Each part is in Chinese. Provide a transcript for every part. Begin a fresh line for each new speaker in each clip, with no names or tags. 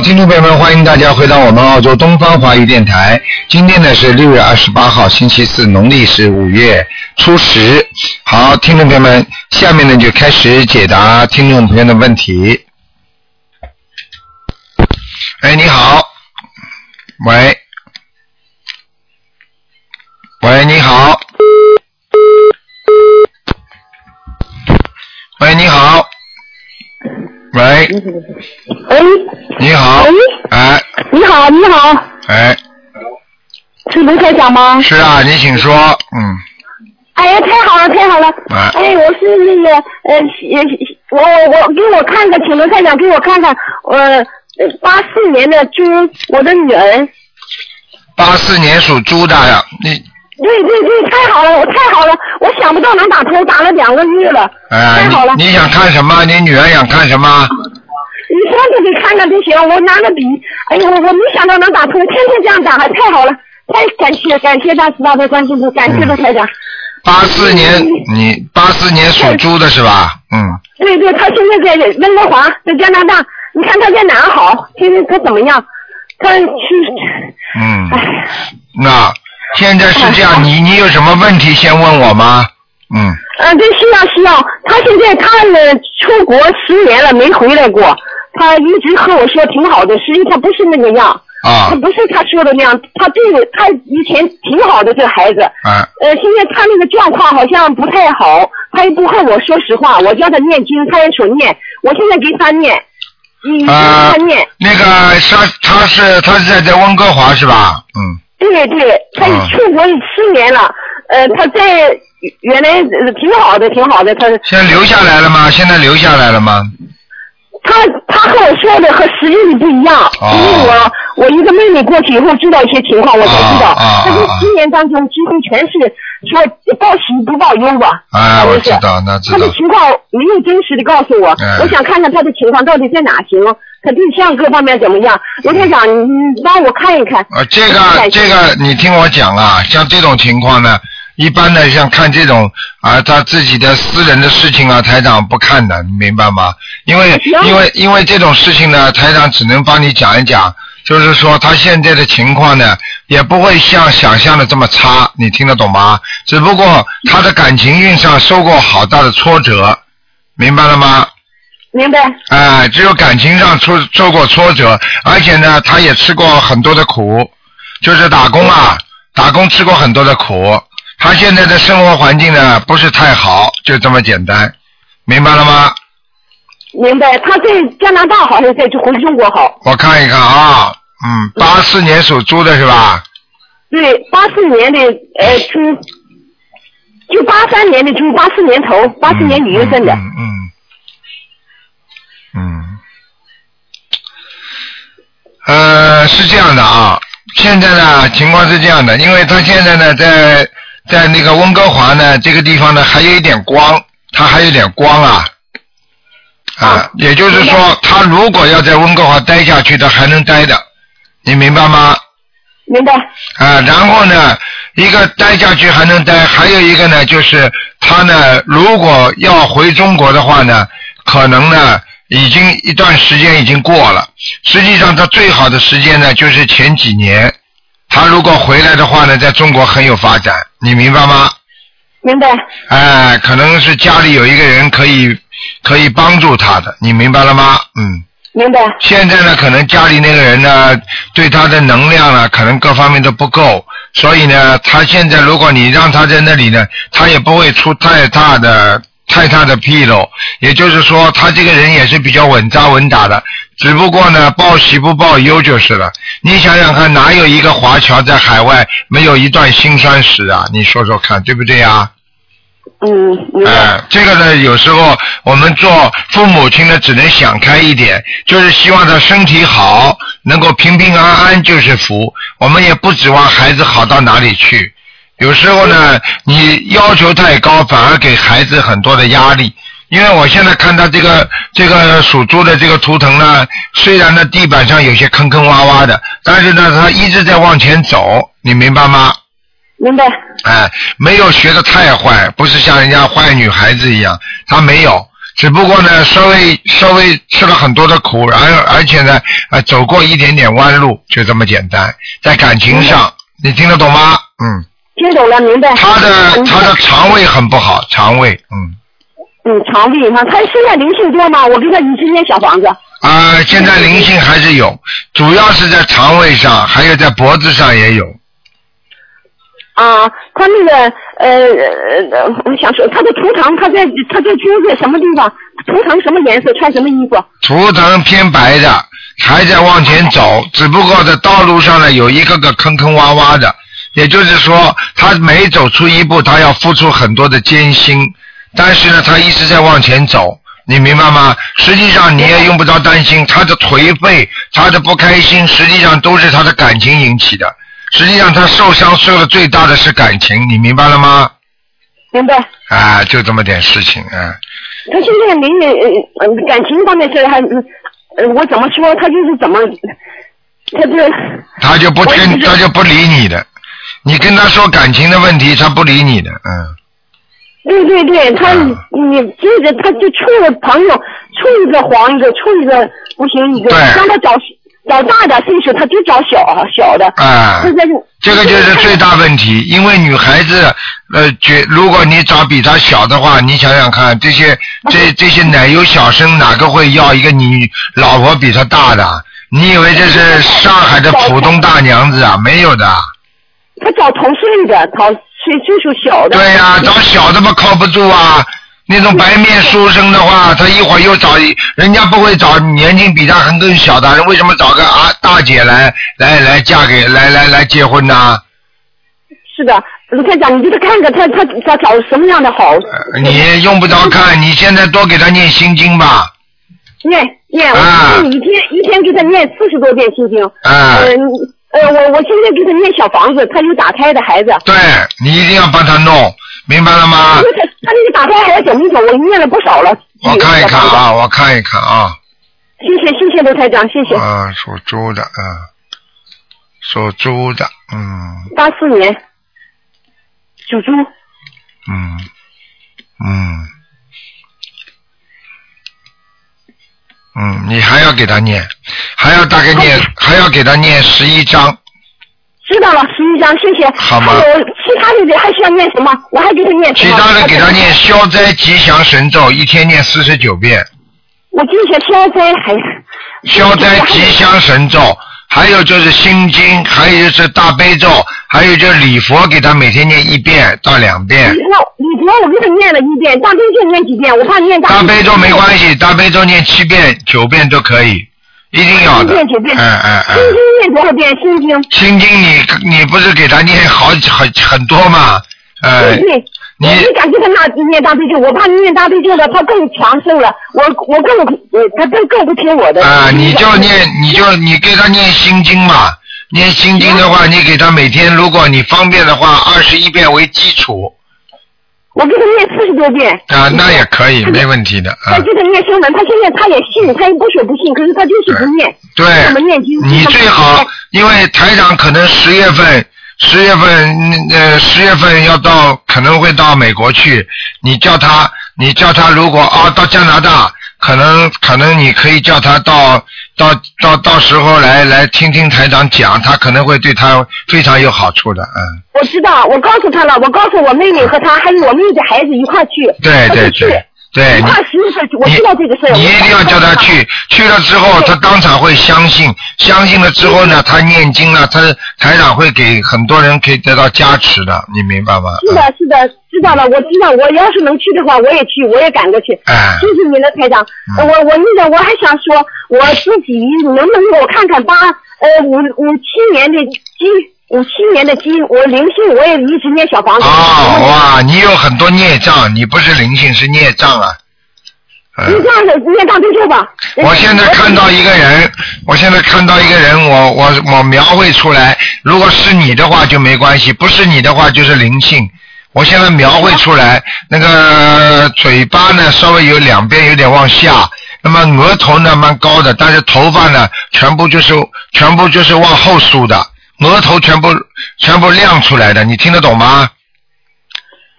听众朋友们，欢迎大家回到我们澳洲东方华语电台。今天呢是六月二十八号，星期四，农历是五月初十。好，听众朋友们，下面呢就开始解答听众朋友的问题。哎，你好，喂，喂，你好，喂，你好，喂，
喂，
你好
喂，
哎，
哎你好，你好，
哎，
是卢台长吗？
是啊，你请说，嗯，
哎呀，太好了，太好了！
啊
哎，我是那个呃，也我我我给我看看，请卢台长给我看看，呃，八四年的猪，我的女儿。
八四年属猪的呀，你
对对对，太好了，我太好了，我想不到能打通，打了两个月了，
哎、
太好了！
你你想看什么？你女儿想看什么？
你上次给看看就行，我拿了笔，哎呀，我我没想到能打通，天天这样打，还太好了，太感谢感谢大慈大悲观世音，感谢卢台长。
八四年，
嗯
你八四年属猪的是吧？嗯，
对对，他现在在温哥华，在加拿大。你看他在哪儿好？现在他怎么样？他去，
嗯，
哎，
那现在是这 样，你你有什么问题先问我吗？嗯，
啊，对，需要需要。他现在他呃出国十年了没回来过，他一直和我说挺好的，实际他不是那个样，
啊
他不是他说的那样，他对我他以前挺好的这孩子，
啊
呃，现在他那个状况好像不太好，他也不和我说实话，我叫他念经，他也说念，我现在给他念，你给
啊
他念。，
那个他他是他是在在温哥华是吧？嗯，
对对，他
啊
出国七年了，呃，他在原来呃挺好的，挺好的，他
现在留下来了吗？现在留下来了吗？
他他和我说的和实际不一样，
哦
因为我我一个妹妹过去以后知道一些情况，我才知道
啊啊啊啊，
但是七年当中几乎全是说报喜不报忧吧，
哎，
反正
我
是
知道，那知
他
道
的，情况没有真实的告诉我，
哎
我想看看他的情况到底在哪行，他对象各方面怎么样，我台长，你你帮我看一看，
啊，这个这个，你听我讲啊，像这种情况呢，一般的像看这种啊，他自己的私人的事情啊，台长不看的，你明白吗？因为
行
因为因为这种事情呢，台长只能帮你讲一讲，就是说他现在的情况呢，也不会像想象的这么差，你听得懂吗？只不过他的感情运上受过好大的挫折，明白了吗？
明白？
哎，只有感情上出受过挫折，而且呢，他也吃过很多的苦，就是打工啊，打工吃过很多的苦。他现在的生活环境呢不是太好，就这么简单，明白了吗？
明白，他在加拿大好像在回中国好。
我看一看啊，嗯，八四年属猪的是吧？
对，八四年的呃猪，就八三年的猪，八四年头，八四年
嗯
五月份的。
嗯嗯嗯。嗯呃，是这样的啊，现在呢情况是这样的，因为他现在呢在在那个温哥华呢这个地方呢还有一点光，他还有点光啊。啊
啊，
也就是说，他如果要在温哥华待下去，他还能待的，你明白吗？
明白？
啊，然后呢，一个待下去还能待，还有一个呢，就是他呢，如果要回中国的话呢，可能呢，已经一段时间已经过了。实际上，他最好的时间呢，就是前几年。他如果回来的话呢，在中国很有发展，你明白吗？
明白？
哎，可能是家里有一个人可以可以帮助他的，你明白了吗？嗯。
明白？
现在呢，可能家里那个人呢，对他的能量呢，可能各方面都不够，所以呢，他现在如果你让他在那里呢，他也不会出太大的太大的纰漏。也就是说，他这个人也是比较稳扎稳打的，只不过呢，报喜不报忧就是了。你想想看，哪有一个华侨在海外没有一段辛酸史啊？你说说看，对不对啊？
嗯，明白。
哎，这个呢，有时候我们做父母亲的只能想开一点，就是希望他身体好，能够平平安安就是福。我们也不指望孩子好到哪里去。有时候呢，你要求太高，反而给孩子很多的压力。因为我现在看到这个这个属猪的这个图腾呢，虽然呢地板上有些坑坑洼洼的，但是呢，它一直在往前走，你明白吗？
明白？
哎，没有学的太坏，不是像人家坏女孩子一样，她没有，只不过呢，稍微稍微吃了很多的苦，而而且呢，呃，走过一点点弯路，就这么简单。在感情上，你听得懂吗？嗯，
听懂了，明白。
他的
嗯
他的肠胃很不好，肠胃，嗯，
嗯，肠胃哈，他现在灵性多吗？我给他几十间小房子。
啊、现在灵性还是有，主要是在肠胃上，还有在脖子上也有。
啊，他那个呃，呃我想说，他的图腾，他在他在军在什么地方？图腾什么颜色？穿什么衣服？
图腾偏白的，还在往前走，只不过在道路上呢有一个个坑坑洼洼的，也就是说他每走出一步，他要付出很多的艰辛，但是呢他一直在往前走，你明白吗？实际上你也用不着担心他的颓废，他的不开心，实际上都是他的感情引起的。实际上他受伤受的最大的是感情，你明白了吗？
明白？
啊，就这么点事情啊。
他现在没呃呃感情方面是还，呃我怎么说？他就是怎么，他这
他就不
我
听，
一直
他就不理你的。你跟他说感情的问题，他不理你的，嗯，
对对对，他
啊
你接着他就处了朋友，处一个黄一个，处一个不行一个，
对
让他找找大的岁数，他就找小小的。
啊
他，在
这个就是最大问题。因为女孩子，呃，觉如果你找比她小的话，你想想看，这些这这些奶油小生哪个会要一个你老婆比她大的？啊你以为这是上海的浦东大娘子啊？没有的，
他找同岁的，找岁岁数小的。
对呀、找小的嘛靠不住啊。那种白面书生的话，他一会儿又找人家不会找年纪比他很更小的，为什么找个啊大姐来来来嫁给来来来结婚呢、
是的，卢台长，你给他看看他他他找什么样的好？
呃你用不着看，你现在多给他念心经吧，
念念，
啊
我一天一天给他念四十多遍心经。
啊、
嗯、呃，我我现在给他念小房子，他有打胎的孩子。
对你一定要帮他弄，明白了吗
因？为他他那个打胎孩子怎么走？我念了不少了。
我看一看啊，我看一看啊，
谢谢谢谢卢台长，谢谢。
啊，属猪的，嗯，属猪的，嗯
八四年，属猪，
嗯嗯嗯，你还要给他念，还要大概念，还要给他念十一章，
知道了，十一张，谢谢。
好吗
还有其他的还需要念什么？我还给他念什
其
么。
他的给他念消灾吉祥神咒，一天念四十九遍。
我今天消灾还
哎消灾吉祥神咒，还有就是心经，还有就是大悲咒，还有就是礼佛，给他每天念一遍到两遍
你。说你说我给他念了一遍，大悲咒念几遍？我怕念
大
悲
悲咒没关系，大悲咒念七遍、九遍都可以，一定要的。
七遍九遍
嗯嗯
心经
嗯。
念多少遍？心经。
心经你你不是给他念好几很很多嘛？呃，
对对。
你
你敢给他那念大悲咒？我怕念大悲咒了，他更强盛了，我我更呃他更更不听我的。
啊，你就念，你就你给他念心经嘛。念心经的话，你给他每天，如果你方便的话，二十一遍为基础
我给他念四十多遍。
啊，那也可以，没问题的啊。
他就在念经文，他现在他也信，他也不说不信，可是他就是不念。
对
我们念经，
你最好，因为台长可能十月份，十月份，呃，十月份要到，可能会到美国去。你叫他，你叫他，如果啊到加拿大，可能可能你可以叫他到到到到时候来来听听台长讲，他可能会对他非常有好处的，嗯，
我知道，我告诉他了，我告诉我妹妹和他，还有我妹的孩子一块去。
对
他就
对
去
对对，你
一块十一岁，我知道这个事儿。
你一定要叫他去，去了之后他当场会相信，相信了之后呢，他念经了，他台长会给很多人可以得到加持的，你明白吗？
是的，是的，知道了，我知道，我要是能去的话，我也去，我也赶过去。
哎
谢谢您了，台长。
嗯
呃我我那个我还想说，我自己能不能给我看看八呃五五七年的鸡，五七年的鸡，我灵性我也一直念小房
嗯。
子。
哦哇，你有很多孽障，你不是灵性是孽障啊。
你
嗯
这，样子念大悲咒吧。
我现在看到一个人，我现在看到一个人，我我我描绘出来，如果是你的话就没关系，不是你的话就是灵性。我现在描绘出来，那个嘴巴呢稍微有两边有点往下，那么额头呢蛮高的，但是头发呢全部就是全部就是往后梳的，额头全部全部亮出来的，你听得懂吗？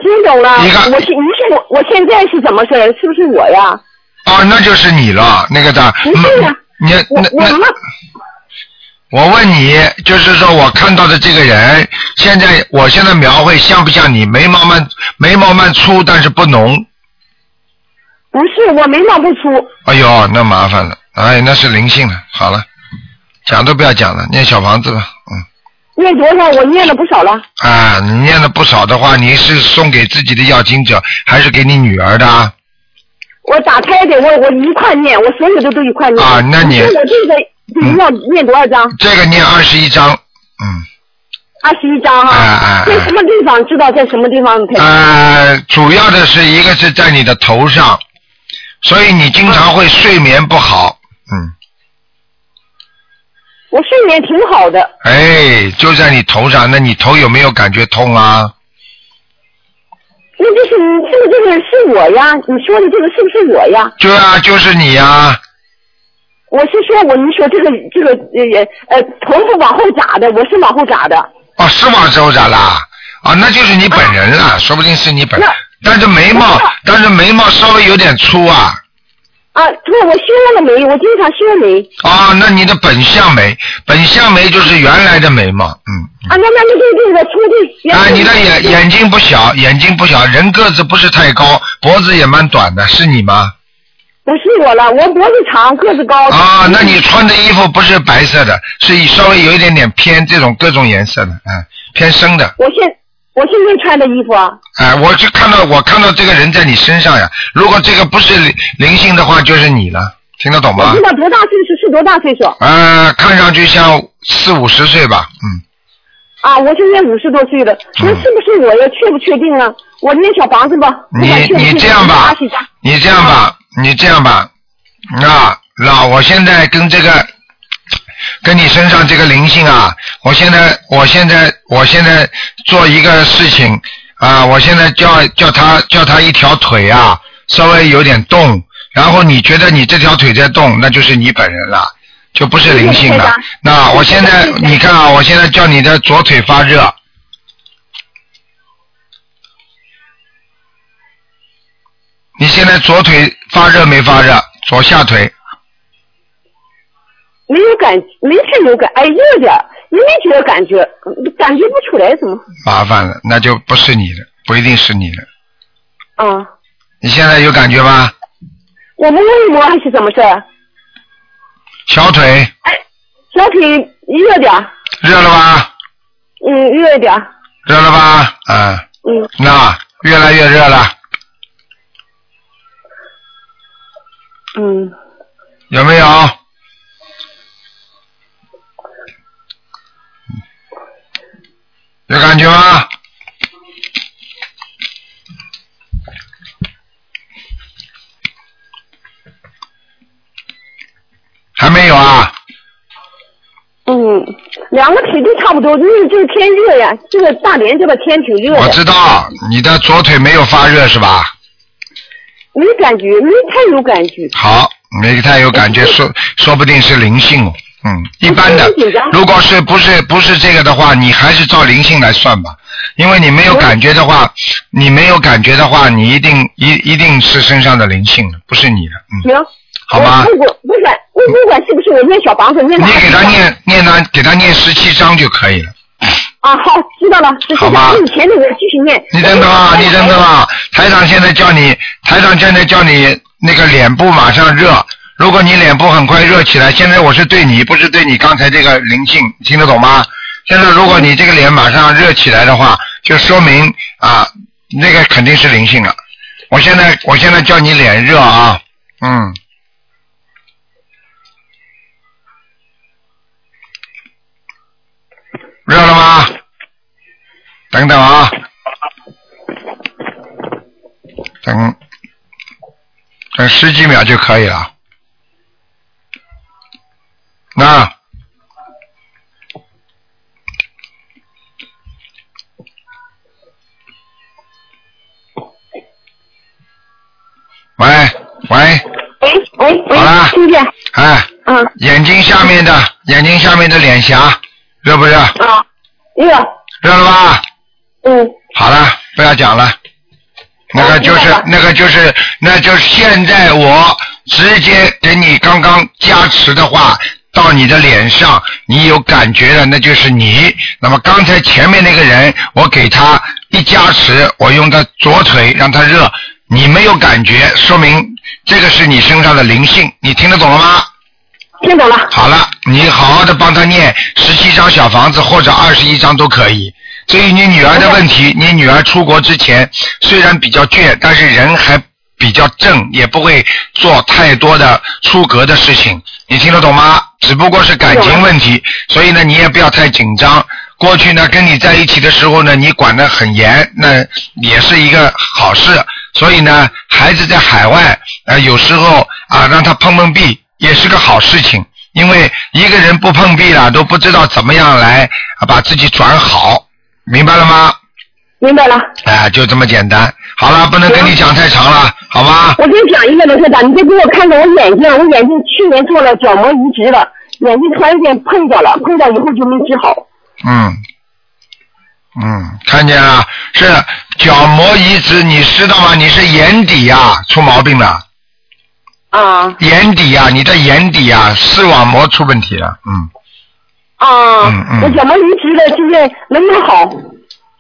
听懂了。
你看
我现你现我我现在是怎么事儿？是不是我呀？
哦，那就是你了，那个的。嗯
不是呀
你
我
那
我
那
妈
我问你，就是说我看到的这个人，现在我现在描绘像不像你？眉毛蛮眉毛蛮粗，但是不浓。
不是我眉毛不粗，
哎呦，那麻烦了，哎，那是灵性了。好了，讲都不要讲了，念小房子吧，嗯。
念多少我念了不少了，
啊，你念了不少的话，你是送给自己的要经者，还是给你女儿的啊？
我打胎的我我一块念，我所有的都一块念。
啊那你嗯
我这个这一要念多少张？
这个念二十一章，嗯。
二十一张哈、
啊啊啊
在什么地方？知道在什么地方才？
呃，主要的是一个是在你的头上，所以你经常会睡眠不好。嗯，
我睡眠挺好的，
哎，就在你头上，那你头有没有感觉痛啊？
那就是你是不是这个是我呀？你说的这个是不是我呀？
对啊，就是你呀、
我是说我你说这个这个呃呃头发往后扎的，我是往后扎的。
哦，是往手掌啦，啊，那就是你本人啦，说不定是你本人
那。
但是眉毛，但是眉毛稍微有点粗啊。
啊，对，我修了眉，我经常修眉
啊，那你的本相眉，本相眉就是原来的眉毛，嗯。
啊，那那那对对，我出去。
啊，你的眼眼睛不小，眼睛不小，人个子不是太高，脖子也蛮短的，是你吗？
不是我了，我脖子长，个子高。
啊，那你穿的衣服不是白色的，是稍微有一点点偏这种各种颜色的，嗯，偏深的。
我现我现在穿的衣服啊，
哎，我就看到我看到这个人在你身上呀，如果这个不是灵灵性的话，就是你了，听得懂
我
吗
知？道多大岁数是多大岁数
呃，看上去像四五十岁吧，嗯，
啊，我现在五十多岁了，那
嗯
是不是我也确不确定啊？我那小房子吧，不管
你
确不确
你
定
这样吧
八十家，
你这样
嗯
吧，你这样吧，那那我现在跟这个跟你身上这个灵性啊，我现在我现在我现在做一个事情啊，我现在叫叫他叫他一条腿啊，稍微有点动，然后你觉得你这条腿在动，那就是你本人了。就不是灵性
谢谢台
了
长。
那啊我现在
谢谢
你看啊，我现在叫你的左腿发热，你现在左腿发热没发热？左下腿
没有感，没太有感，哎，有点儿，也没觉得感觉，感觉不出来怎么
麻烦了，那就不是你了，不一定是你了。
啊？
你现在有感觉吗？
我们摸一摸还是怎么事儿？
小腿
小腿热点儿，
热了吧？
嗯，热一点儿，
热了吧？啊，
嗯，
那越来越热了，
嗯，
有没有？有感觉吗？还没有啊？
嗯，两个腿都差不多，就是就是天热呀，这个大连这个天挺热
我
的，
知道你的左腿没有发热是吧？
没感觉，没太有感觉。
好，没太有感觉，说说不定是灵性哦。嗯，一般的
我是紧张，
如果是不是不是这个的话，你还是照灵性来算吧，因为你没有感觉的话，你没有感觉的话，你一定一一定是身上的灵性了，不是你的，嗯，
行，
好吗
我？不管不管我不管是不是我念小房子念
你
哪
给他念念他给他念十七章就可以了。
啊，好，知道了，知
好
道
吧
了。以前那个继续念。
你等等
哎
啊，你等等啊，台长现在叫你，台长现在叫你那个脸部马上热，如果你脸部很快热起来，现在我是对你，不是对你刚才这个灵性，听得懂吗？现在如果你这个脸马上热起来的话，就说明啊，那个肯定是灵性了。我现在我现在叫你脸热啊，嗯，热了吗？等等啊，等等十几秒就可以了。那喂喂，
喂喂喂
好啦，
哎听见？
哎，
嗯
眼睛下面的眼睛下面的脸颊热不热？
啊，热，
热了吧？
嗯
好了，不要讲了。那个就是
哦明白了
那个就是那就是现在我直接给你刚刚加持的话。到你的脸上，你有感觉的，那就是你。那么刚才前面那个人，我给他一加持，我用他左腿让他热，你没有感觉，说明这个是你身上的灵性。你听得懂了吗？
听懂了。
好了，你好好的帮他念十七张小房子或者二十一张都可以。至于你女儿的问题，你女儿出国之前虽然比较倔，但是人还比较正，也不会做太多的出格的事情。你听得懂吗？只不过是感情问题，所以呢，你也不要太紧张。过去呢，跟你在一起的时候呢，你管得很严，那也是一个好事。所以呢，孩子在海外，呃，有时候啊，让他碰碰壁也是个好事情。因为一个人不碰壁了，都不知道怎么样来啊把自己转好，明白了吗？
明白了。
哎，就这么简单。好了，不能跟你讲太长了，好吗？
我跟你讲一个罗科长，你就给我看看我眼睛，我眼睛去年做了角膜移植了，眼睛突然间碰掉了，碰掉以后就没治好。
嗯，嗯，看见了，是角膜移植，你知道吗？你是眼底呀、出毛病了，
啊
眼底呀、你的眼底呀、视网膜出问题了，嗯，
啊，
嗯嗯
我角膜移植的，现在能不能好？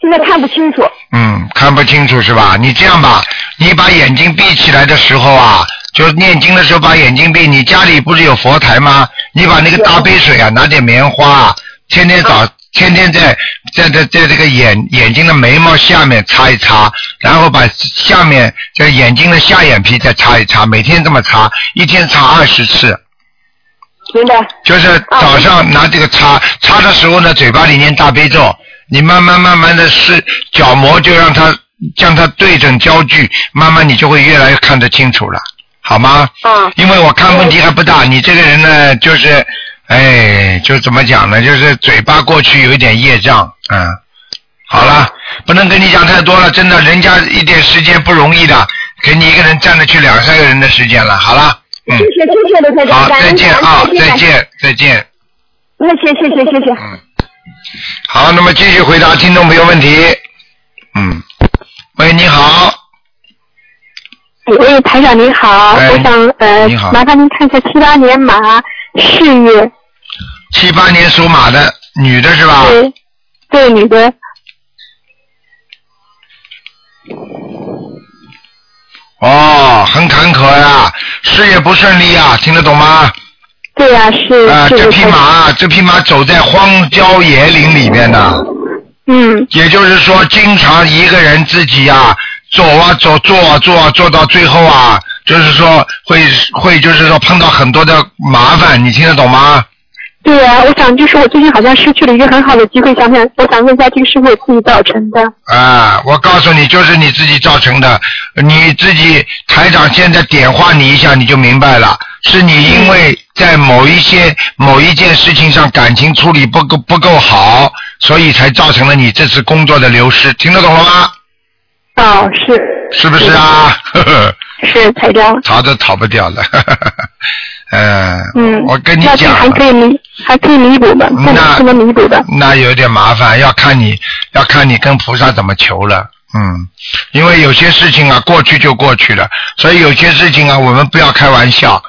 现在看不清楚。
嗯，看不清楚是吧？你这样吧，你把眼睛闭起来的时候啊，就是念经的时候把眼睛闭。你家里不是有佛台吗？你把那个大杯水啊，拿点棉花啊，天天早，天天在在在在这个眼眼睛的眉毛下面擦一擦，然后把下面在眼睛的下眼皮再擦一擦，每天这么擦，一天擦二十次。
明白。
就是
哦
早上拿这个擦，擦的时候呢，嘴巴里念大悲咒，你慢慢慢慢的是角膜就让它将它对准焦距，慢慢你就会越来越看得清楚了，好吗？
啊
因为我看问题还不大，你这个人呢，就是，哎，就怎么讲呢？就是嘴巴过去有一点业障，嗯。好了，不能跟你讲太多了，真的，人家一点时间不容易的，给你一个人占了去两三个人的时间了。好了，嗯
谢，谢谢谢罗科
好
长，，感
再
恩
见啊，
感恩
再。见，再见。
那谢谢谢谢谢谢。
好，那么继续回答听众朋友问题。嗯，喂，你好，
喂，台长您好，
哎
我想呃
你好，
麻烦您看一下七八年马事业，
七八年属马的女的是吧？
对，对，女的，
哦，很坎坷呀、事业不顺利呀、听得懂吗？
对呀、是
啊、
是
这
的
匹马，这匹马走在荒郊野岭里面的，
嗯，
也就是说，经常一个人自己呀、走啊走，坐啊坐啊，坐到最后啊，就是说会会就是说碰到很多的麻烦，你听得懂吗？
对呀、我想就是我最近好像失去了一个很好的机会，想想我想问一下，这个是不是我自己造成的？
啊，我告诉你，就是你自己造成的。你自己台长现在点化你一下，你就明白了，是你因为
嗯
在某一些某一件事情上感情处理不够不够好，所以才造成了你这次工作的流失。听得懂了吗？
哦，是
是不是啊？呵 呵，
是台长，
逃都逃不掉了。 呵呵呵嗯，
嗯，
我跟你
那这
讲，啊
个还可以弥还可以弥补的，不
那
能不能弥补的，
那有点麻烦，要看你要看你跟菩萨怎么求了。嗯，因为有些事情啊，过去就过去了，所以有些事情啊，我们不要开玩笑。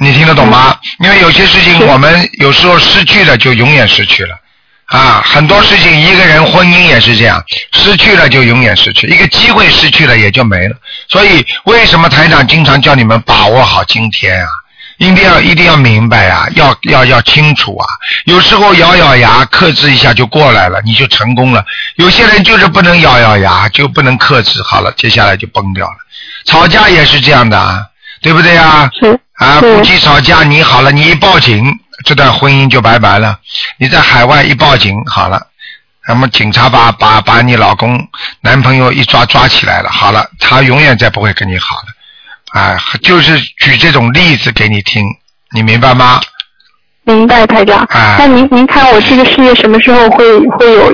你听得懂吗？因为有些事情我们有时候失去了就永远失去了，啊，很多事情一个人婚姻也是这样，失去了就永远失去，一个机会失去了也就没了。所以为什么台长经常叫你们把握好今天啊？一定要一定要明白啊，要要要清楚啊。有时候咬咬牙克制一下就过来了，你就成功了。有些人就是不能咬咬牙，就不能克制，好了，接下来就崩掉了。吵架也是这样的啊，对不对啊？
是
啊，
对
夫妻吵架，你好了，你一报警，这段婚姻就拜拜了。你在海外一报警，好了，那么警察把把把你老公男朋友一抓抓起来了，好了，他永远再不会跟你好了。啊，就是举这种例子给你听，你明白吗？
明白台长。
啊
那您您看我这个事业什么时候会会有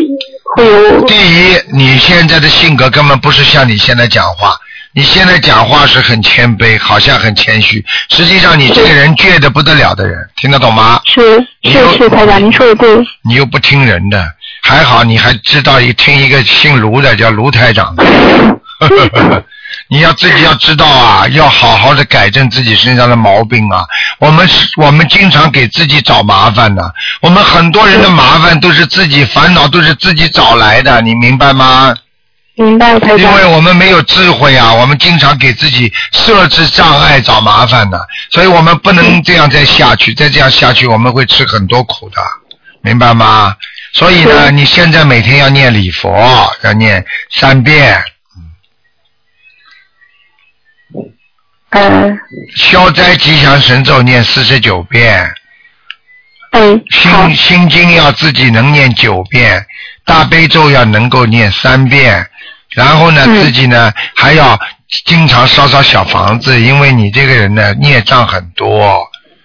会有
第一，你现在的性格根本不是像你现在讲话，你现在讲话是很谦卑，好像很谦虚，实际上你这个人倔得不得了的人，听得懂吗？
是是是，台长，您说的对。
你又不听人的，还好你还知道一听一个姓卢的叫卢台长的， 你要自己要知道啊，要好好的改正自己身上的毛病啊。我们是我们经常给自己找麻烦呢、我们很多人的麻烦都是自己烦恼，都是自己找来的，你明白吗？
明白台
因
长。
为我们没有智慧啊，我们经常给自己设置障碍、找麻烦呢、所以我们不能这样再下去，再这样下去我们会吃很多苦的，明白吗？所以呢，
对
你现在每天要念礼佛，要念三遍，
呃，
消灾吉祥神咒念四十九遍，
哎，好
心，心经要自己能念九遍，大悲咒要能够念三遍，然后呢，
嗯
自己呢还要经常烧烧小房子，因为你这个人呢孽障很多，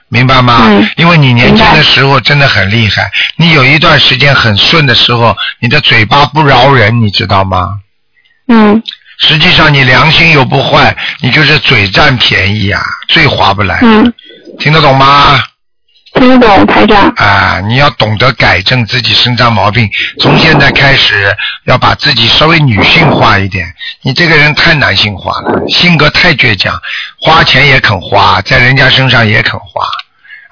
明白吗？
嗯
因为你年轻
明
的
白
时候真的很厉害，你有一段时间很顺的时候，你的嘴巴不饶人，你知道吗？
嗯，
实际上你良心又不坏，你就是嘴占便宜啊，最划不来。
嗯，
听得懂吗？
听得懂台长。
啊，你要懂得改正自己身上毛病，从现在开始要把自己稍微女性化一点。你这个人太男性化了，性格太倔强，花钱也肯花，在人家身上也肯花，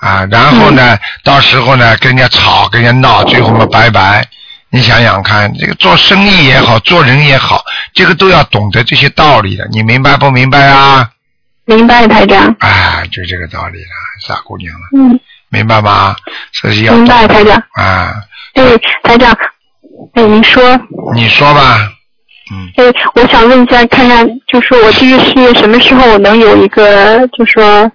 啊，然后呢，
嗯
到时候呢跟人家吵，跟人家闹，最后嘛拜拜。你想想看，这个做生意也好，做人也好，这个都要懂得这些道理的，你明白不明白啊？
明白台长。
啊，就这个道理了，傻姑娘了，
嗯，
明白吗？这是要
明
懂
白台长。
啊。
对，台长，哎，您说，
你说吧，嗯，
哎，我想问一下，看看，就是我这个事业什么时候能有一个，就说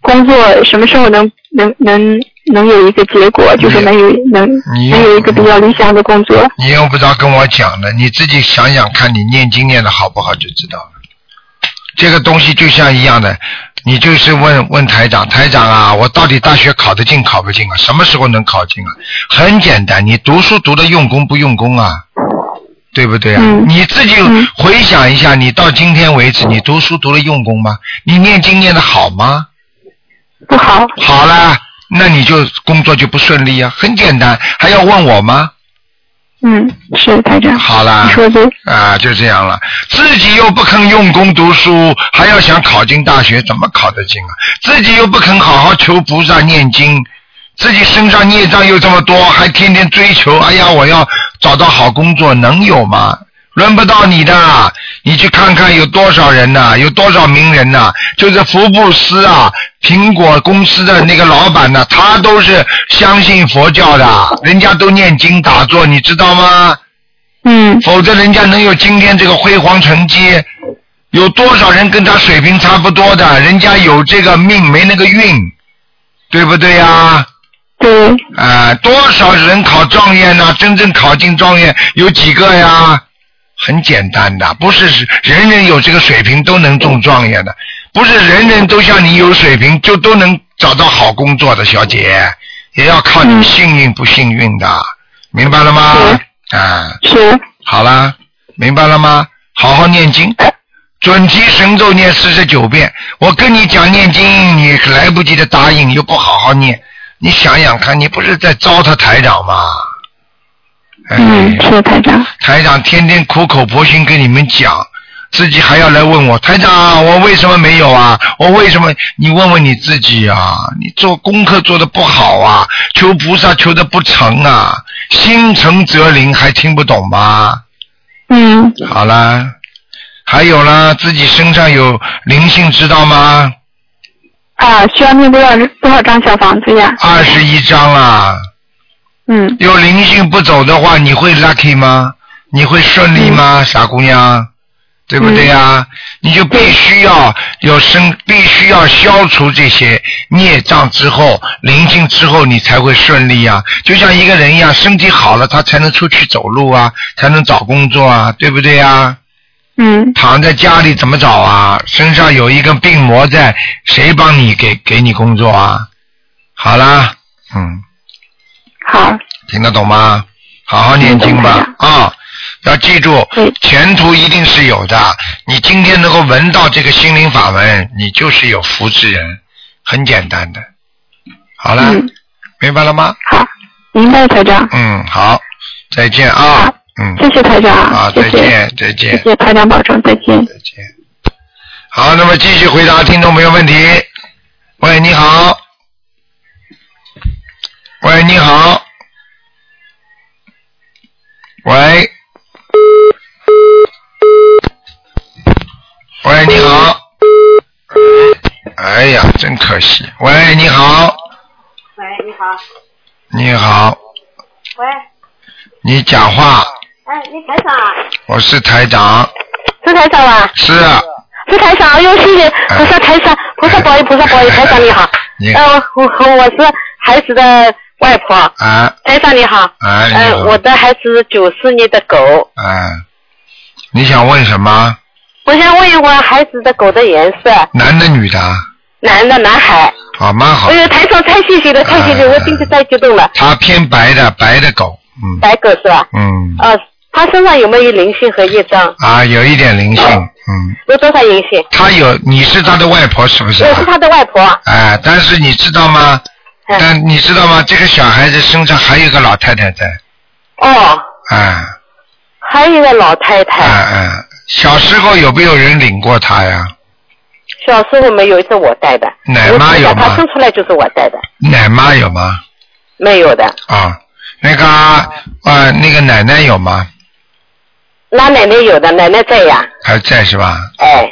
工作什么时候能能能能有一个结果，就是能有能
你
能有一个比较理想的工作。
你用不着跟我讲的，你自己想想看，你念经念的好不好就知道了。这个东西就像一样的，你就是问问台长，台长啊，我到底大学考得进考不进啊？什么时候能考进啊？很简单，你读书读的用功不用功啊？对不对啊？
嗯
你自己
嗯
回想一下，你到今天为止，你读书读的用功吗？你念经念的好吗？
不好，
好了，那你就工作就不顺利啊，很简单，还要问我吗？
嗯，是台长，
好啦
你，说对，
啊，就这样了，自己又不肯用功读书，还要想考进大学，怎么考得进啊？自己又不肯好好求菩萨念经，自己身上孽障又这么多，还天天追求，哎呀，我要找到好工作，能有吗？轮不到你的，啊你去看看有多少人呐、有多少名人呐、就是福布斯啊，苹果公司的那个老板呐、他都是相信佛教的，啊人家都念经打坐，你知道吗？
嗯
否则人家能有今天这个辉煌成绩，有多少人跟他水平差不多的？人家有这个命没那个运，对不对呀、啊？
对，
多少人考状元呢、真正考进状元有几个呀？很简单的，不是人人有这个水平都能中状元的，不是人人都像你有水平就都能找到好工作的，小姐，也要靠你
嗯
幸运不幸运的，明白了吗？啊。
是，
好啦，明白了吗？好好念经，准提神咒念四十九遍。我跟你讲念经，你来不及的答应，又不好好念。你想想看，你不是在糟蹋台长吗？哎、
嗯，是台长，
台长天天苦口婆心跟你们讲，自己还要来问我，台长，我为什么没有啊？我为什么？你问问你自己啊，你做功课做的不好啊，求菩萨求的不成啊，心诚则灵，还听不懂吗？
嗯，
好啦，还有啦，自己身上有灵性，知道吗？
啊，需要念多少多少张小房子呀？
二十一章啦，
嗯，
有灵性不走的话，你会 lucky 吗？你会顺利吗，傻姑娘？对不对呀、啊你就必须要有生，必须要消除这些孽障之后，灵性之后，你才会顺利啊。就像一个人一样，身体好了，他才能出去走路啊，才能找工作啊，对不对呀、
嗯，
躺在家里怎么找啊？身上有一个病魔在，谁帮你给给你工作啊？好啦，嗯，
好，
听得懂吗？好好念经吧
听得
啊！要记住
对，
前途一定是有的。你今天能够闻到这个心灵法门，你就是有福之人，很简单的。好了，
嗯，
明白了吗？
好，明白台长。
嗯，好，再见啊
好，
嗯，
谢谢台长，啊
好，
谢
再
谢，
见，再
谢
见，
谢台长保重，再见。
再见。好，那么继续回答听众朋友问题。喂，你好。喂，你好。喂。喂，你好。哎呀，真可惜。喂，你好，
喂，你好，
你好，
喂，
你讲话，
哎，你台长啊，
我是台长，
是台长啊，
是，
是台长，哎呦，谢谢菩萨台长，菩萨保佑，菩萨保佑，台长你好，
你好
呃，我我我是孩子的外婆，
啊
台长你好，
啊，你
呃，
好
我的孩子九四年的狗，
啊，你想问什么？
我想问一问孩子的狗的颜色，
男的女的啊？
男的男孩，
啊，蛮好
哎，呦，台长太谢谢了，太谢谢，
哎
我真的太激动了，
它偏白的，白的狗，嗯
白狗是吧？
嗯，
呃，它身上有没有灵性和业障？
啊，有一点灵性，
哦
嗯，
有多少灵性？
它有，你是它的外婆是不是啊？
我是他的外婆。
哎，但是你知道吗？
嗯
但你知道吗？这个小孩子身上还有一个老太太在，
哦，
啊。
还有一个老太
哎
太，
哎，小时候有没有人领过他呀？
小时候没有，是我带的。
奶
我
妈
从
有
小
吗
她生出来就是我带的，
奶妈有吗？
没有的。
啊，那个呃，那个奶奶有吗？
那奶奶有的，奶奶在呀。
还在是吧？
哎，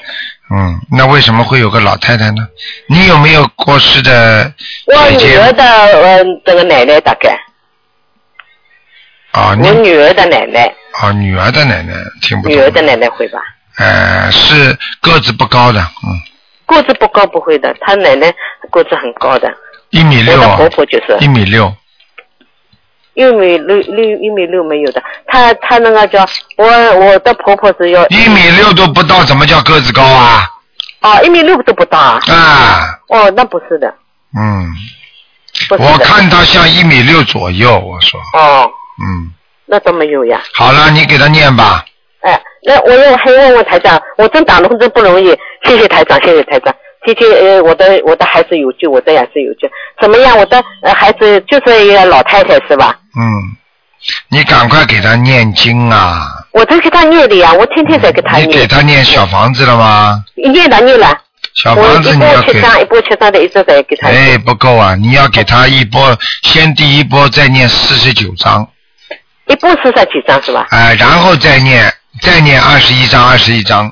嗯，那为什么会有个老太太呢？你有没有过世的
我
姐
女儿
姐？
的呃这个奶奶大概，
啊，你
我女儿的奶奶，
啊，女儿的奶奶听不懂。
女儿的奶奶会吧？
呃，是个子不高的，嗯，
个子不高不会的，她奶奶个子很高的，
一米
我
六
的
啊
婆，婆就是
一米六
一米六六一米六没有的，她她那个叫我我的婆婆是要
一米六都不到，怎么叫个子高啊？
哦一米六都不到啊，
啊，
哦那不是的，
嗯，
不是的。
我看他像一米六左右，我说，
哦，
嗯。
那倒没有呀。
好了，你给他念吧。
哎，那我要还要问问台长，我真打龙真不容易，谢谢台长，谢谢台长。谢谢呃，我的我的孩子有救，我的也是有救。怎么样？我的呃孩子就是一个老太太是吧？
嗯，你赶快给他念经啊！
我都给她念的呀，我天天在给她
嗯你给
念，
他念小房子了吗？
念了念了，
小
我
房子
一
你要
波
给
七，张，一波七张的一直在给她念。
哎，不够啊！你要给他一波，先第一波再念四十九章，
一波四十几张是吧？
哎，然后再念，再念二十一章，二十一章，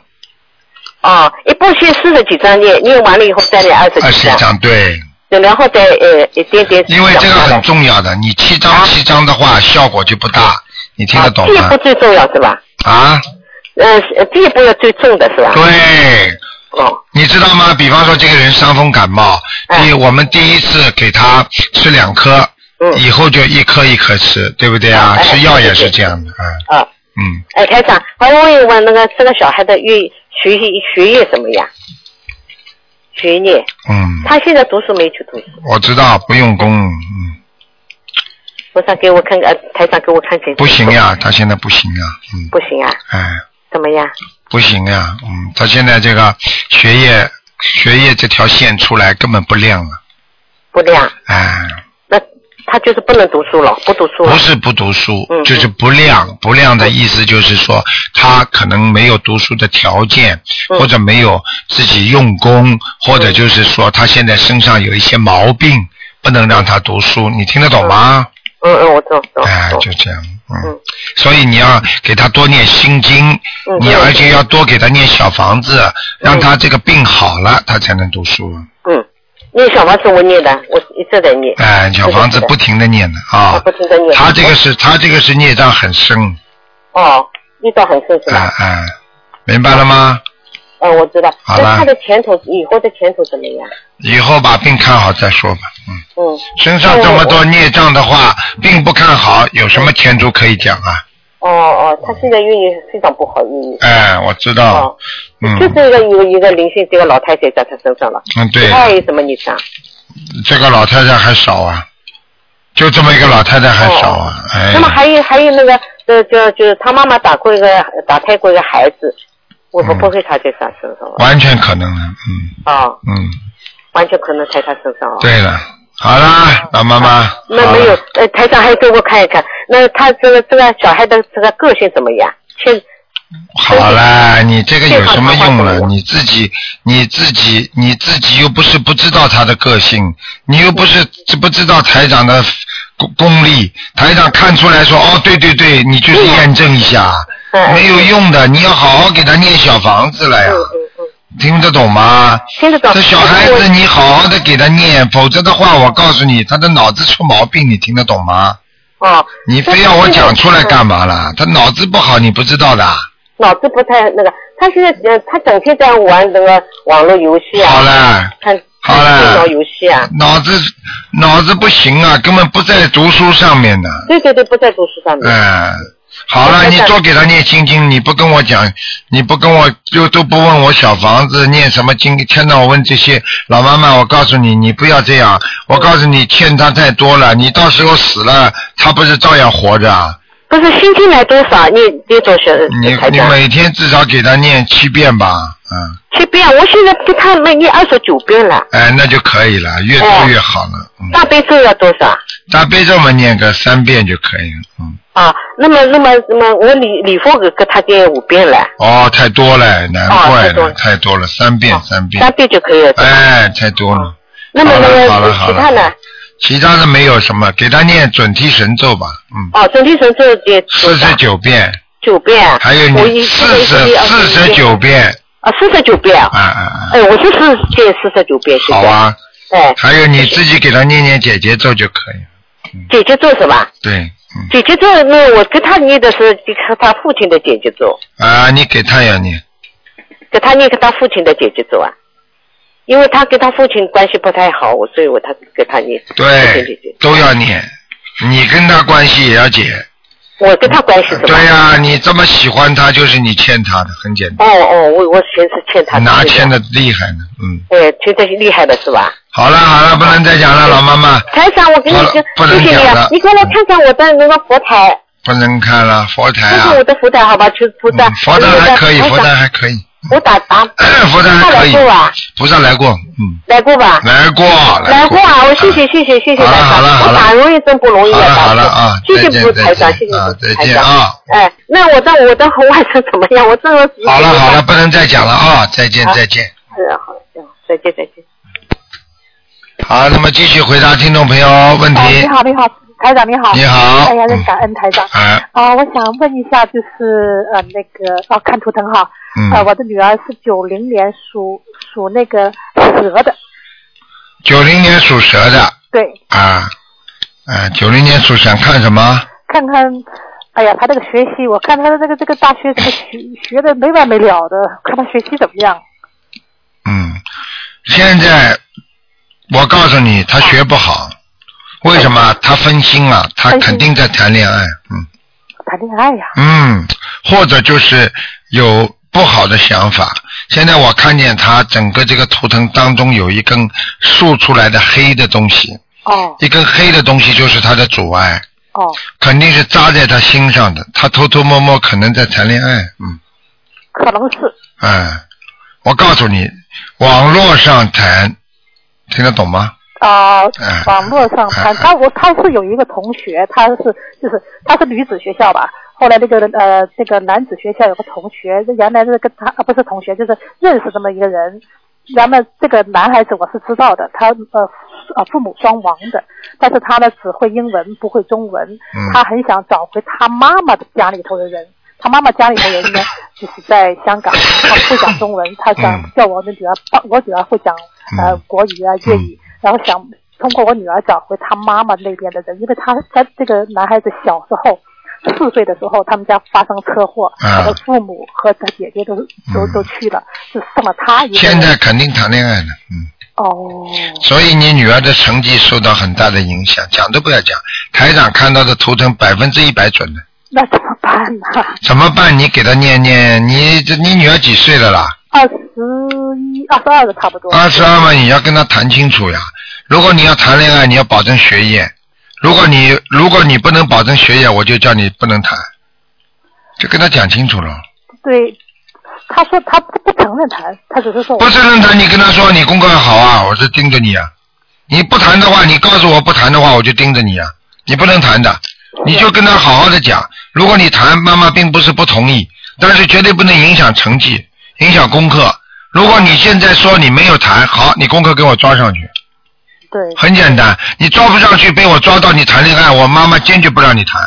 哦，一波先四十几张念，念完了以后再念二十
二十
几
一
张，
章，对，
然后再呃一点点啊
因为这个
小下来
很重要的，你七章七章的话效果就不大，你听得懂
啊
吗
这一？步最重要是吧？
啊，
呃，这一步要最重的是吧？
对，
哦。
你知道吗？比方说这个人伤风感冒，
嗯
第、我们第一次给他吃两颗，
嗯
以后就一颗一颗吃，对不对啊？
哎
吃药也是
对对
这样的，嗯
啊，
嗯，
哎，台长，我问一问那个这个小孩的学学习学业怎么样？学业，
嗯，
他现在读书没去读书？
我知道不用功，嗯，
我想给我看看，呃台长给我看看。
不行，呀，他现在不行呀，嗯，
不行啊，
哎，
怎么样？
不行呀，嗯，他现在这个学业学业这条线出来根本不亮了，
不亮，
哎，
那他就是不能读书了，不读书了
不。是不读书，
嗯
就是不亮。不亮的意思就是说，他可能没有读书的条件，
嗯
或者没有自己用功，或者就是说
嗯
他现在身上有一些毛病，不能让他读书。你听得懂吗？
嗯嗯，我懂懂
哎，
懂
就。这样。嗯
嗯，
所以你要给他多念心经，
嗯
你
对
而且要多给他念小房子，让他这个病好了，他才能读书。
嗯，念小房子我念的，我一直在念。
哎，小房子不停的念的
我
啊
不，停的念。
他这个是他这个是孽障很深，
哦，遇到很顺是
哎
吧？
哎，明白了吗？
嗯，我知道。
好了
那他的前途，以后的前途怎么样？
以后把病看好再说吧。嗯，
嗯。
身上这么多孽障的话，病不看好，有什么前途可以讲啊？
哦哦，他现在运营非常不好，运营。
哎，我知道
哦。，
嗯
就是一个一个一个灵性，这个老太太在她身上了，
嗯，
其
对，
他有什么孽啊障？
这个老太太还少啊，就这么一个老太太还少啊，哎
哦那，么还有还有那个呃，就就是她妈妈打过一个打胎过一个孩子，我不
嗯
不会她在她身上了
完全可能的，嗯
啊、
嗯，
完全可能在她身上啊。
对了，好啦，老妈妈，
那
好
没有
了，
呃，台长还给我看一看，那他这个这个小孩的这个个性怎么样？现
好啦，你这个有什么用
最好
了
的？话
你自己，你自己，你自己又不是不知道他的个性，你又不是不知道台长的功功力，台长看出来说，哦，对对对，你就是验证一下，
嗯
没有用的，你要好好给他念小房子了呀
嗯，嗯嗯，
听得懂吗？
听得懂。
这小孩子，你好好的给他念，否则的话，我告诉你，他的脑子出毛病，你听得懂吗？
哦，
你非要我讲出来干嘛啦？他脑子不好，你不知道的啊。
嗯脑子不太那个，他现在呃，他整天在玩那个网络游戏啊，
好了，
看
好
看
了
电脑游戏啊，
脑子脑子不行啊，根本不在读书上面呢。
对对对，不在读书上面。
嗯，好了，
我在
你
想
多给他念心经，你不跟我讲，你不跟我就都不问我小房子念什么经，天到我问这些，老妈妈，我告诉你，你不要这样，我告诉你，欠他太多了，你到时候死了，他不是照样活着啊？
不是新进来多少？你你总是
你
台
你
长
每天至少给他念七遍吧，嗯，
七遍，我现在给他们念二十九遍了。
哎，那就可以了，越
哦
多越好了，嗯，
大悲咒要多少？
大悲咒嘛念个三遍就可以了，嗯。
啊，那么那么那么我礼礼佛给给他念五遍了，
哦，太多了，难
哦
怪
太多
了，
了
太多了，三遍
哦
三遍
三，遍就哦可以了。
哎，太多了。
那么
好了
那
好了
么
好
其
了
他呢？
其他的没有什么，给他念准提神咒吧，嗯，
哦，整体神咒得
四十九遍，
九遍，
还有
我
你
一
四十四十九遍，
啊，四十九遍啊。
啊啊啊，
哎，我就是念四十九遍，现
好
在。
啊，
哎，
还有你自己给他念念姐姐咒就可以，
姐姐咒是吧？
对，嗯，
姐姐咒，那我给他念的是给他父亲的姐姐咒，
啊，你给他也念，
给他念给他父亲的姐姐咒啊。因为他跟他父亲关系不太好，我所以我他给他念。父亲姐
对
姐，，
都要念，你跟他关系也要解，
我跟他关系怎么？
对呀、你这么喜欢他，就是你欠他的，很简
哦
单，
哦，我我全是欠他的。
拿欠的厉害呢，嗯。
哎，欠的厉害的是吧？
好了好了，不能再讲了，老妈妈
台长，我跟你
好了不
说，
能
谢谢你
讲了
啊！你过来看看我的那个佛台，
不能看了，佛台
这
啊
是，我的佛台，好吧？求菩萨
嗯。佛台还可以，佛台还可以，
我打打
佛台还可以
来过啊吧，
菩萨来过，嗯，
来过吧？
来过
来过啊！我谢谢谢谢谢谢
好
台
了好了
长，
好
我
了
打容易真不容易
好了
啊！
好了
打
啊，
谢谢
再
菩
见
萨台
再
长，
见
谢谢
啊，
菩
再
萨台
见
长。
啊，
哎，那我的我的外甥怎么样？我这个
好了好了，不能再讲了啊，再见再见。
是好，嗯再见再见。
好，那么继续回答听众朋友问题
啊，。你好，你好，台长你好。
你好
哎呀，
嗯
感恩台长。
啊，
啊，我想问一下，就是呃那个，哦，看图腾哈。
嗯
呃，我的女儿是九零年属属那个蛇的，
九零年属蛇的
对，
啊，啊，九零年属想看什么？
看看，哎呀，她这个学习，我看她的这个这个大学这个学学的没完没了的，看她学习怎么样。
嗯，现在我告诉你，他学不好，为什么？他分心了，他肯定在谈恋爱，嗯
谈恋爱呀、
嗯，或者就是有不好的想法。现在我看见他整个这个图腾当中有一根竖出来的黑的东西，
哦
一根黑的东西就是他的阻碍，
哦，
肯定是扎在他心上的。他偷偷摸摸可能在谈恋爱，嗯。
可能是
哎，我告诉你，网络上谈，听得懂吗？
啊、
哎
网络上看，他我他是有一个同学，他是就是他是女子学校吧，后来那个呃那个男子学校有个同学，原来是跟他啊不是同学，就是认识这么一个人。然后这个男孩子我是知道的，他呃呃父母双亡的，但是他呢只会英文不会中文，
嗯
他很想找回他妈妈的家里头的人。他妈妈家里头人呢，就是在香港，他不讲中文，他想
嗯
叫我的女儿帮，我女儿会讲呃
嗯
国语啊、粤语，然后想通过我女儿找回她妈妈那边的人，因为她她这个男孩子小时候四岁的时候，他们家发生车祸，
啊
他的父母和他姐姐都都
嗯
都去了，就剩了他一个人。
现在肯定谈恋爱了，嗯，
哦，
所以你女儿的成绩受到很大的影响，讲都不要讲。台长看到的图腾百分之一百准的，
那怎么办呢？
怎么办？你给她念念，你这你女儿几岁了啦？
二十一、二十二个差不多。
二十二嘛，你要跟她谈清楚呀。如果你要谈恋爱，你要保证学业；如果你如果你不能保证学业，我就叫你不能谈，就跟她讲清楚了。
对，他说他不不承认谈，他只是说我
不是任谈，你跟他说你功课好啊，我是盯着你啊。你不谈的话，你告诉我不谈的话，我就盯着你啊。你不能谈的，你就跟他好好的讲。如果你谈，妈妈并不是不同意，但是绝对不能影响成绩，影响功课。如果你现在说你没有谈好，你功课给我抓上去，
对，
很简单。你抓不上去，被我抓到你谈恋爱，我妈妈坚决不让你谈。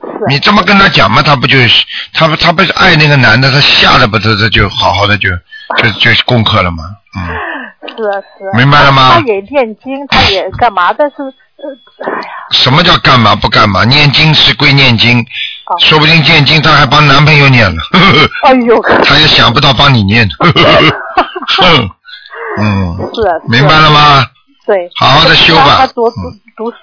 是
你这么跟他讲嘛，他不就是他不他不是爱那个男的，他吓得不得他就好好的就就就功课了嘛，嗯。
是啊是啊。
明白了吗
他也念经，他也干嘛，但是呃，哎呀，
什么叫干嘛不干嘛？念经是归念经，
哦
说不定念经她还帮男朋友 念了，呵呵
哎呦，
她也想不到帮你 念。呵呵哼，嗯，
是啊，是啊
明白了吗？
对，
好好地修吧
他读读
嗯
读书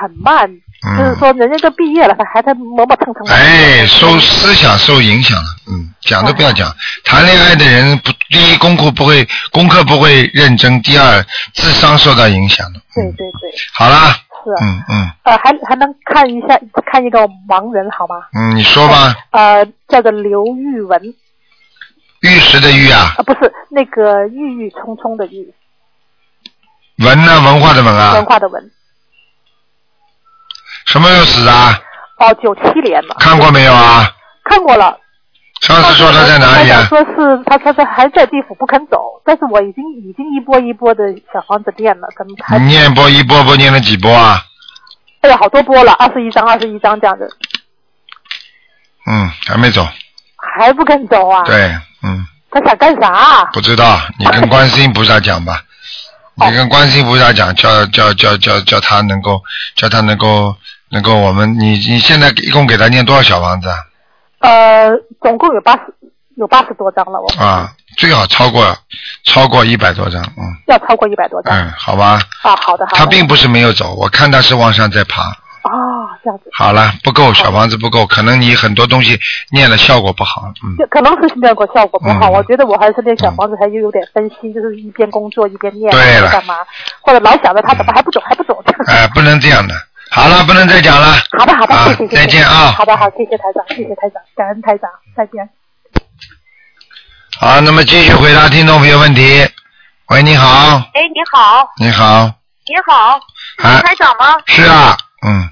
很慢，
嗯
就是说人家都毕业了，他还在磨磨蹭蹭的。
哎，受思想受影响了，嗯，讲都不要讲。谈恋爱的人不，第一功课不会，功课不会认真；第二，智商受到影响了。
对
嗯，
对对，
好啦，
是啊。
嗯嗯
呃，还还能看一下看一个盲人好吗？
嗯，你说吧，
呃，叫做刘玉文，
玉石的玉啊
啊、，不是那个郁郁葱葱的郁，
文呢、文化的文啊
文，化的文。
什么时候死啊？
哦，九七年了，
看过没有啊？
看过了。
上次说他在哪里
他
啊？
说是他他他还在地府不肯走，但是我已经已经一波一波的小房子练了，怎么还
你念波一波波念了几波啊？
哎呀好多波了，二十一张二十一张这样子，
嗯，还没走。
还不肯走啊？
对，嗯，
他想干啥啊？
不知道，你跟观世音菩萨讲吧，
哦
你跟观世音菩萨讲，叫叫叫叫叫他能够，叫他能够能够我们你你现在一共给他念多少小房子啊？
呃，总共有八十有八十多张了，我
啊，最好超过超过一百多张，嗯
要超过一百多张。
嗯，好吧。
啊，好的哦好的。
他并不是没有走，我看他是往上在爬。
哦，这样子，
好了，不够，小房子不够，可能你很多东西念了效果不好，嗯。
就可能是练过效果不好。
嗯
我觉得我还是练小房子还有点分心，就是一边工作一边念，啊
对了
干嘛，或者老想着他怎么还不走还不走。
哎、不能这样的。好了，不能再讲了。
好的好的，
啊
谢谢谢谢。
再见啊
好的好，谢谢台长，谢谢台长，感恩台长，再见。
好，那么继续回答听众朋友问题。喂，你好，
哎，你好，
你好，
你好，
啊
是台长吗？
是啊，嗯，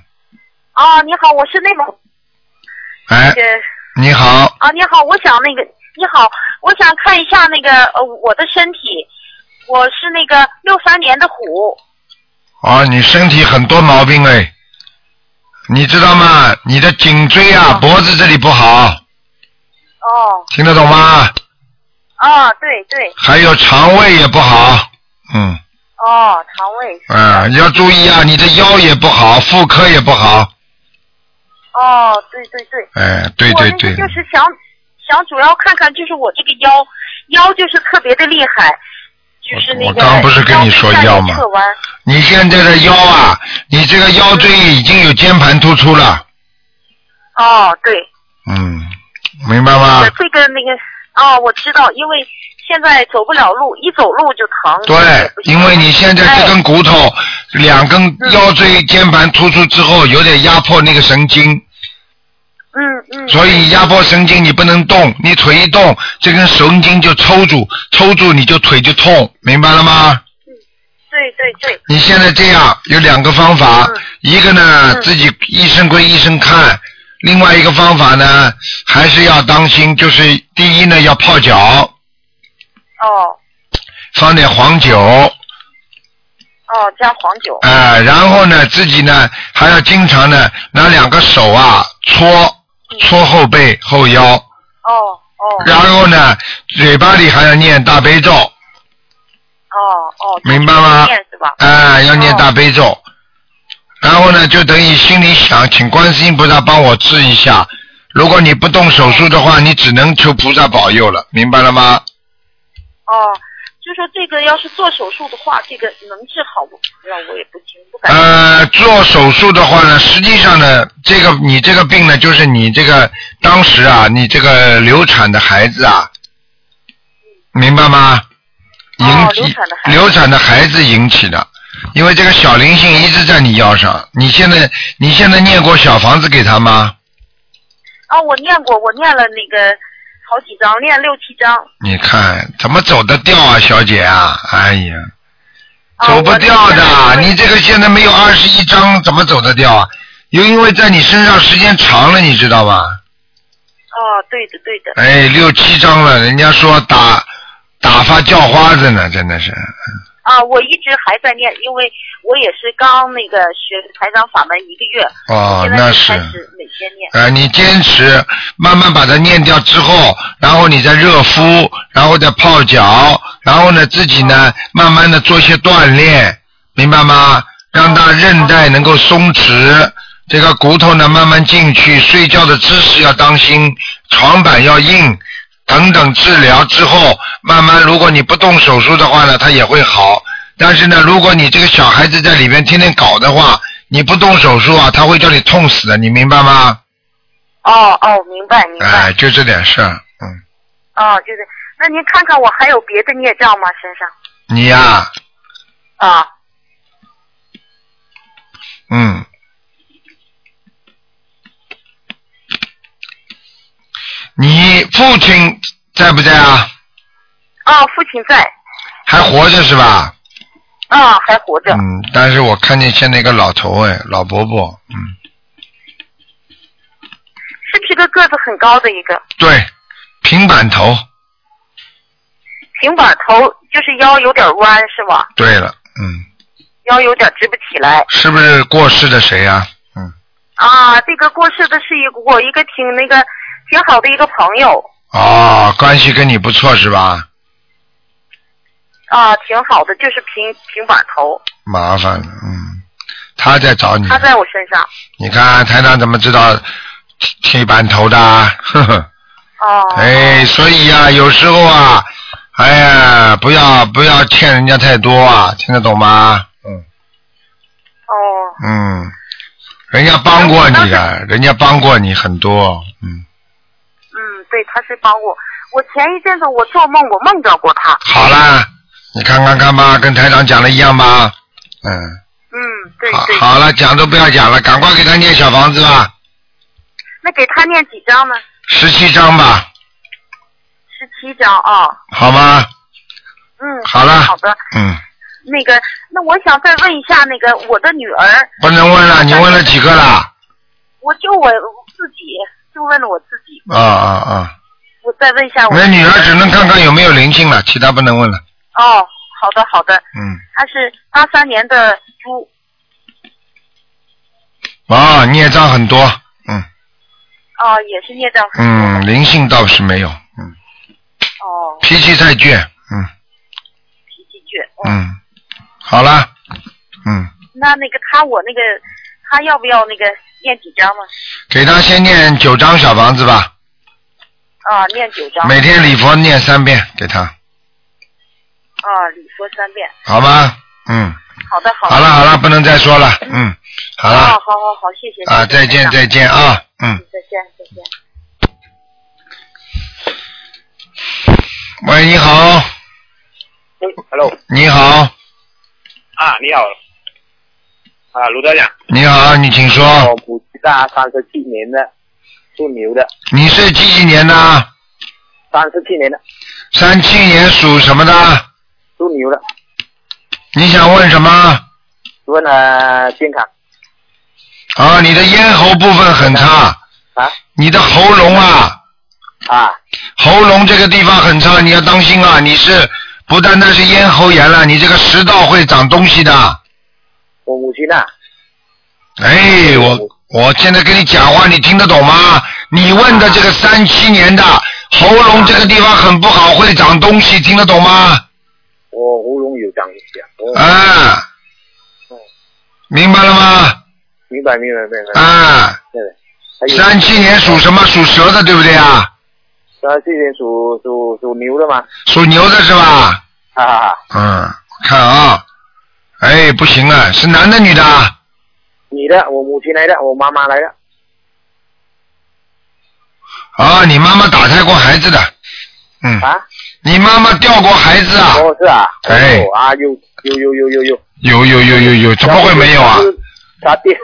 啊，你好，我是内蒙那
哎
个，
你好，
啊，你好，我想那个，你好，我想看一下那个呃我的身体，我是那个六三年的虎，
哦，你身体很多毛病哎，你知道吗？你的颈椎啊，脖子这里不好，
哦，
听得懂吗？
啊，对对，
还有肠胃也不好，嗯，
哦，肠胃，
啊、要注意啊，你的腰也不好，妇科也不好，
哦，对对对，
哎，对对对，
我那个就是想想主要看看，就是我这个腰，腰就是特别的厉害，就是那个
我刚不是跟你说腰吗
侧弯，
你现在的腰啊，你这个腰椎已经有间盘突出了，
哦，对，
嗯，明白吗
我？这个那个，哦，我知道，因为现在走不了路，一走路就疼。
对，因为你现在这
哎嗯
根骨头，两根腰椎间盘突出之后，有点压迫那个神经，
嗯嗯，
所以压迫神经你不能动，你腿一动，这根神经就抽住，抽住你就腿就痛，明白了吗？
对对对，
你现在这样有两个方法，
嗯
一个呢自己医生归医生看，另外一个方法呢还是要当心，就是第一呢要泡脚，
哦
放点黄酒，
哦，加黄酒。
啊，然后呢，自己呢还要经常呢拿两个手啊搓搓后背后腰，
哦哦
然后呢嘴巴里还要念大悲咒，
哦哦，
明白吗
念是吧？
啊，要念大悲咒，然后呢就等于心里想，请观世音菩萨帮我治一下。如果你不动手术的话，你只能求菩萨保佑了，明白了吗？
哦，就说这个要是做手术的话，这个能治好不？那我也不清，不敢。
呃，做手术的话呢，实际上呢，这个你这个病呢，就是你这个当时啊，你这个流产的孩子啊，明白吗？引
哦
起、
流产的孩子
流产的孩子引起的，因为这个小灵性一直在你腰上。你现在你现在念过小房子给他吗？
啊，我念过，我念了那个好几张，念六七张。
你看怎么走得掉啊，小姐啊，哎呀，
啊
走不掉
我
的，
念了
你这个现在没有二十一张，怎么走得掉啊？又因为在你身上时间长了，你知道吧？
哦，对的对的，
哎，六七张了，人家说打打发叫花子呢，真的是。
啊，我一直还在念，因为我也是刚那个学台长法门一个月，
哦那
现，在就是开。始每天念。
呃，你坚持慢慢把它念掉之后，然后你再热敷，然后再泡脚，然后呢自己呢慢慢的做一些锻炼，明白吗？让它韧带能够松弛，这个骨头呢慢慢进去，睡觉的姿势要当心，床板要硬，等等治疗之后，慢慢如果你不动手术的话呢，它也会好。但是呢，如果你这个小孩子在里面天天搞的话，你不动手术啊，他会叫你痛死的，你明白吗？
哦哦，明白明白。
哎，就这点事儿，嗯，
哦，就是，那您看看我还有别的孽障吗？身上？
你呀、
啊，
嗯，你父亲在不在啊？
哦，父亲在，
还活着是吧？
啊，还活着。
嗯，但是我看见现在一个老头哎，老伯伯，嗯，
是不是个个子很高的一个
对，平板头，
平板头，就是腰有点弯是吗？
对了，嗯，
腰有点直不起来
是不是过世的谁呀、嗯，
啊。这个过世的是一个我一个挺那个挺好的一个朋友
哦，关系跟你不错是吧？
啊，挺好的，就是平平板头，
麻烦了，嗯，他在找你，
他在我身上。
你看台长怎么知道剃剃板头的、啊？ 呵呵，
哦，
哎，所以呀、有时候啊，哎呀，不要不要欠人家太多啊，听得懂吗？嗯
哦，
嗯，人家帮过你的，人家帮过你很多，嗯，
嗯，对，他是帮我。我前一阵子我做梦，我梦到过他。
好啦，你看看看吧，跟台长讲的一样吧，嗯，
嗯，对
好，
对。
好了，讲都不要讲了，赶快给他念小房子吧，
那给他念几张呢？
十七章吧，
十七张啊、
好吗？
嗯，
好了
好的，
嗯，
那个，那我想再问一下，那个我的女儿，
不能问了，你问了几个啦？
我就我自己，就问了我自己，
啊啊啊！
我再问一下我
那女儿只能看看有没有灵性了，其他不能问了。
哦，好的好的，
嗯，
她是八三年的猪，
啊，孽障很多，嗯
哦，也是孽障，
嗯，灵性倒是没有，嗯，
哦，
脾气太倔，嗯
脾气倔，哦
嗯，好了，嗯，
那那个她我那个，她要不要那个念几张呢？
给她先念九张小房子吧，
啊，念九张，
每天礼佛念三遍给她，
啊，礼佛三遍，
好吗？嗯，
好的好的，
好了好了，不能再说了，嗯，好
哦，
了
好好好，谢谢
啊，再见再见啊，嗯，
再见再见。
喂，你好，
Hello，
你好，
啊，你好，啊，卢德亮，
你好，你请说
哦
我，母亲哦大三十七年的，属牛的，
你是几几年的？
三十七年的，
三七年属什么的？
属牛的，
你想问什么？
问呃健康
啊，你的咽喉部分很差，
啊
你的喉咙啊，
啊
喉咙这个地方很差，你要当心啊！你是不单单是咽喉炎了，你这个食道会长东西的。
我母亲啊，
哎，我我现在跟你讲话，你听得懂吗？你问的这个三七年的喉咙这个地方很不好，会长东西，听得懂吗？
我喉咙有长东西啊，我、
啊，明白了吗？
明白明白明白，
啊，
明白。还有
三七年属什么？属蛇的，对不对啊？
三十七年属属属牛的吗？啊
属牛的是吧？
哈哈哈，
嗯，看啊，哎，不行啊，是男的女的啊？
你的，我母亲来的，我妈妈来的，
啊，你妈妈打胎过孩子的，嗯，
啊，
你妈妈掉过孩子啊？
哦是啊，
哎
哦啊有有有有有有，
有有有有有，怎么会没有啊？？
他爹，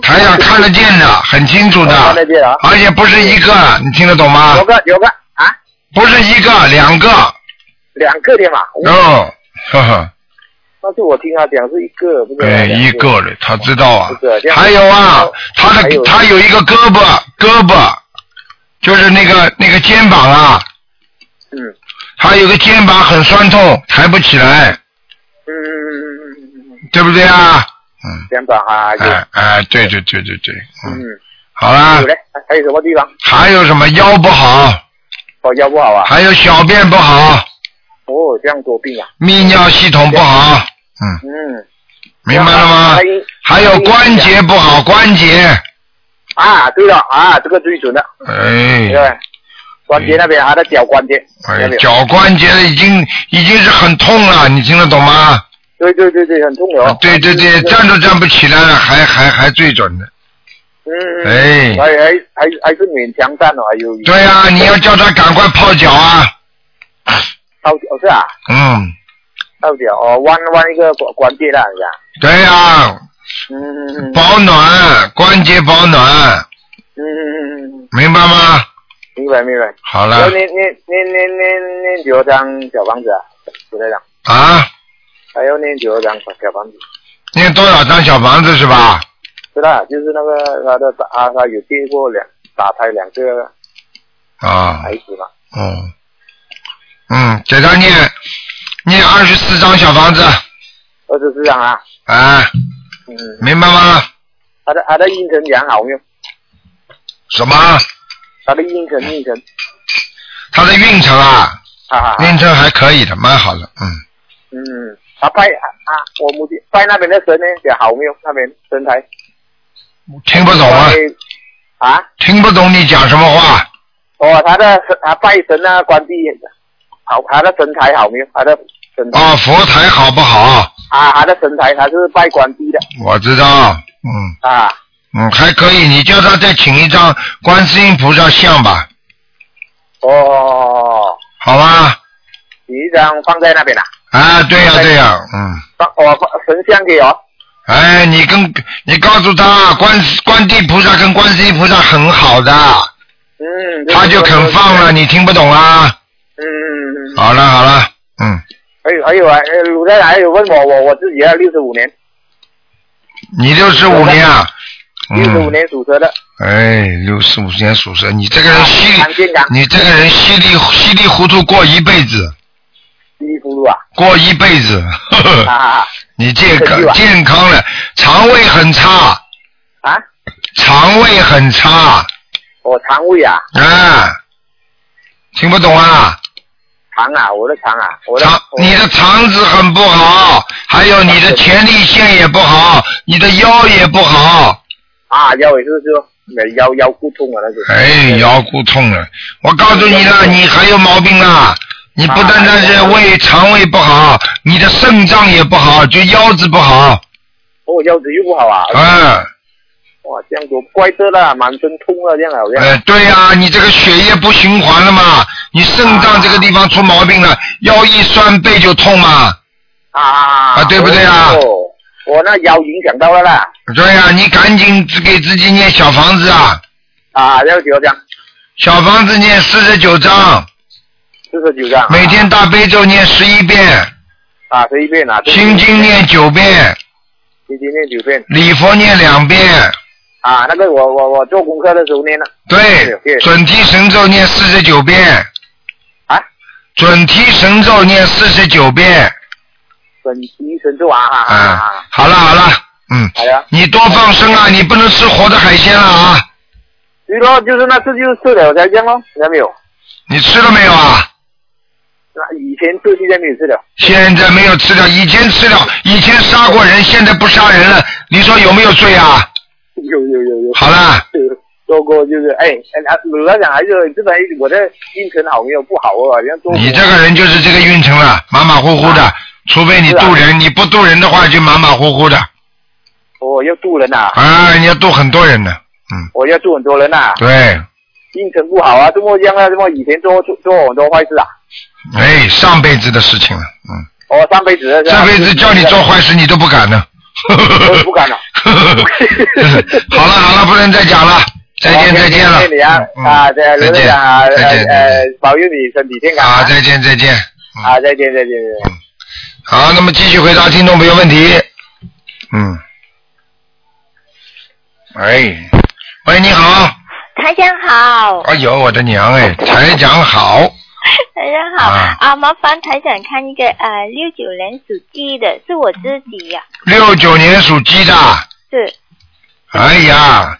台上看得见的，很清楚
看得
的，
见啊，
而且不是一个，你听得懂吗
有？个有个啊。
不是一个，两个，
两个的嘛，
哦，呵呵，
上次我听他讲是一个，不是啊
哎，
两
一个了，他知道啊
不是这。样
还有啊，他
还
的
有
他有一个胳膊，胳膊就是那个那个肩膀啊，
嗯
他有个肩膀很酸痛，抬不起来，
嗯嗯嗯，
对不对啊？嗯，
肩膀啊，有，
哎哎，对对对对对，嗯，
嗯，
好啦
有，嘞，还有什么地方？
还有什么腰不好，
哦，腰不好啊，
还有小便不好，
哦，这样多病啊，
泌尿系统不好，嗯，
嗯，
明白了吗
还？有
还有关节不好，关节，
啊，对了啊，这个最准的，
哎，
对，关节那边，啊他的脚关节那
哎，
边，
脚关节已经已经是很痛了，你听得懂吗？
对对对对，很痛的哦，
啊对对对，站都站不起来了，还还还最准的。
嗯，
哎
还还还还是勉强站哦了，还有，
对啊呀、你要叫他赶快泡脚啊。
到底哦是啊，
嗯，
到底哦弯弯一个关关节那里啊，
对呀、
嗯嗯嗯
保暖，关节保暖，
嗯嗯嗯嗯，
明白吗？
明白明白。
好
要
了
念念念念念念九张小房子啊，不对的，
啊，
还要念九张小房子。
念多少张小房子是吧？
是的，就是那个他的他他有接过两打胎两个
啊，
孩子嘛，
嗯，嗯，给他念念二十四张小房子，
二十四张啊。
啊，
嗯，
明白吗？
他的他的运程良好没有？
什么？
他的运程运程，
他的运程啊，
哈哈哈。
运程还可以的，蛮好的，嗯，
嗯，他拜啊啊，我母亲拜那边的神呢也好没有？那边神台。
听不懂啊，
拜？啊，
听不懂你讲什么话。
哦，他的他拜神啊，关帝好，他的神台好没有？他的神台
啊，佛台好不好？
啊，他的神台他是拜关帝的
我知道，嗯
啊。
嗯，还可以。你叫他再请一张观世音菩萨像吧，
哦，
好吧？
你一张放在那边啊，
啊，对呀、对呀、嗯。
放我放神像给我。
哎，你跟你告诉他，观世观地菩萨跟观世音菩萨很好的，
嗯，
他就肯放了，。你听不懂啊？
嗯嗯嗯。
好了好了，嗯，
还有还有啊，呃鲁太还有问我我我自己啊，六十五年，
你六十五年啊，
六十五
嗯，
年属蛇的，啊
哎，六十五年属蛇，你这个人稀
常
里，
健康，
你这个人稀里稀里糊涂过一辈子，
稀里糊涂啊，
过一辈子。呵呵
啊
你健
很意外
康健康了，肠胃很差，
啊，啊
肠胃很差
我肠胃啊，
啊，听不懂啊？
肠啊，我的肠啊，我的
肠
我
你的肠子很不好，还有你的前列腺也不好，你的腰也不好，
啊腰也是说腰腰骨痛啊那种，
哎，腰骨痛了。我告诉你了，你还有毛病啦！你
啊
不单单是胃肠胃不好，你的肾脏也不好，就腰子不好，
我腰子又不好啊，
啊，
哇这样多怪得了，满身痛啊这样好像，
呃，对呀、你这个血液不循环了嘛，你肾脏这个地方出毛病了，腰一酸背就痛嘛。
啊啊
啊对不对啊
哦，我那腰影响到了啦，
对呀、你赶紧给自己念小房子啊，
啊要几多张？
小房子念四十九章，
四十九张啊，
每天大悲咒念十一遍，
啊随便啊，
心经念九遍，
心经念九遍。
礼佛念两遍，
啊，那个我我我做功课的时候念了
对，准提神咒念四十九遍，
啊，
准提神咒念四十九遍，
本提神咒啊啊啊
嗯
啊，，
好了好了，嗯，
好呀，
你多放生啊，你不能吃活的海鲜了啊。
对咯，就是那次就是吃了才这样咯，看到没有？
你吃了没有啊？
那以前吃现在没有吃了，
现在没有吃掉，以前吃掉，以前杀过人，现在不杀人了，你说有没有罪啊？
有有有有，
好啦，
有做过就是哎，哎啊鲁班长还是这边我的运程好没有不好哦，好像做
你这个人就是这个运程了，马马虎虎
啊
的，除非你渡人，你不渡人的话就马马虎虎的
我要哦渡人呐，
啊，你要渡很多人的，嗯，
我要渡很多人呐，
对，
运程不好啊，这么这样啊，这么以前做做做很多坏事啊，
哎，上辈子的事情了，嗯，
哦上辈子
这辈子叫你做坏事你都不敢呢，
我不敢了。 啊
好了好了，不能再讲了，再见再见了
谢谢你啊，，
嗯
啊，对，
再
刘队
见
长啊，
再见
呃
再
呃
见，
保佑你身体健康
啊，再见再见，嗯
啊，再见，再见，再见。
好，那么继续回答听众朋友问题。哎嗯。喂，喂，你好，
台长 好，
哎呦，我的娘哎，台长好，
台长好
啊
啊麻烦台长看一个呃六九年属鸡的，是我自己呀、
六九年属鸡的，
是
哎呀，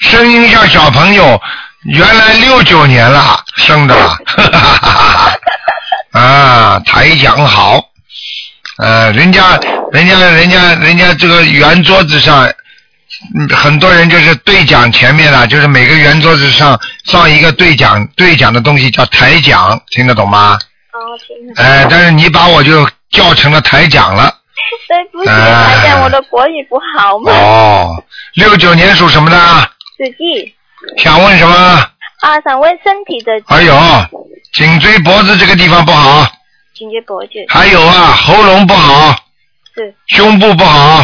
声音像小朋友，原来六九年了生的， 哈哈哈哈啊，台讲好，呃，人家人家人家人家这个圆桌子上。嗯很多人就是对讲前面啊，就是每个圆桌子上放一个对讲对讲的东西叫台讲，听得懂吗？
哦，听得懂
哎、但是你把我就叫成了台讲了。
对不起，
啊
台长，我的国语不好嘛，
哦，六九年属什么的？
属鸡
想问什么？
啊，想问身体的
还有哎颈椎脖子这个地方不好，
颈椎脖子
还有啊喉咙不好，
是
胸部不好，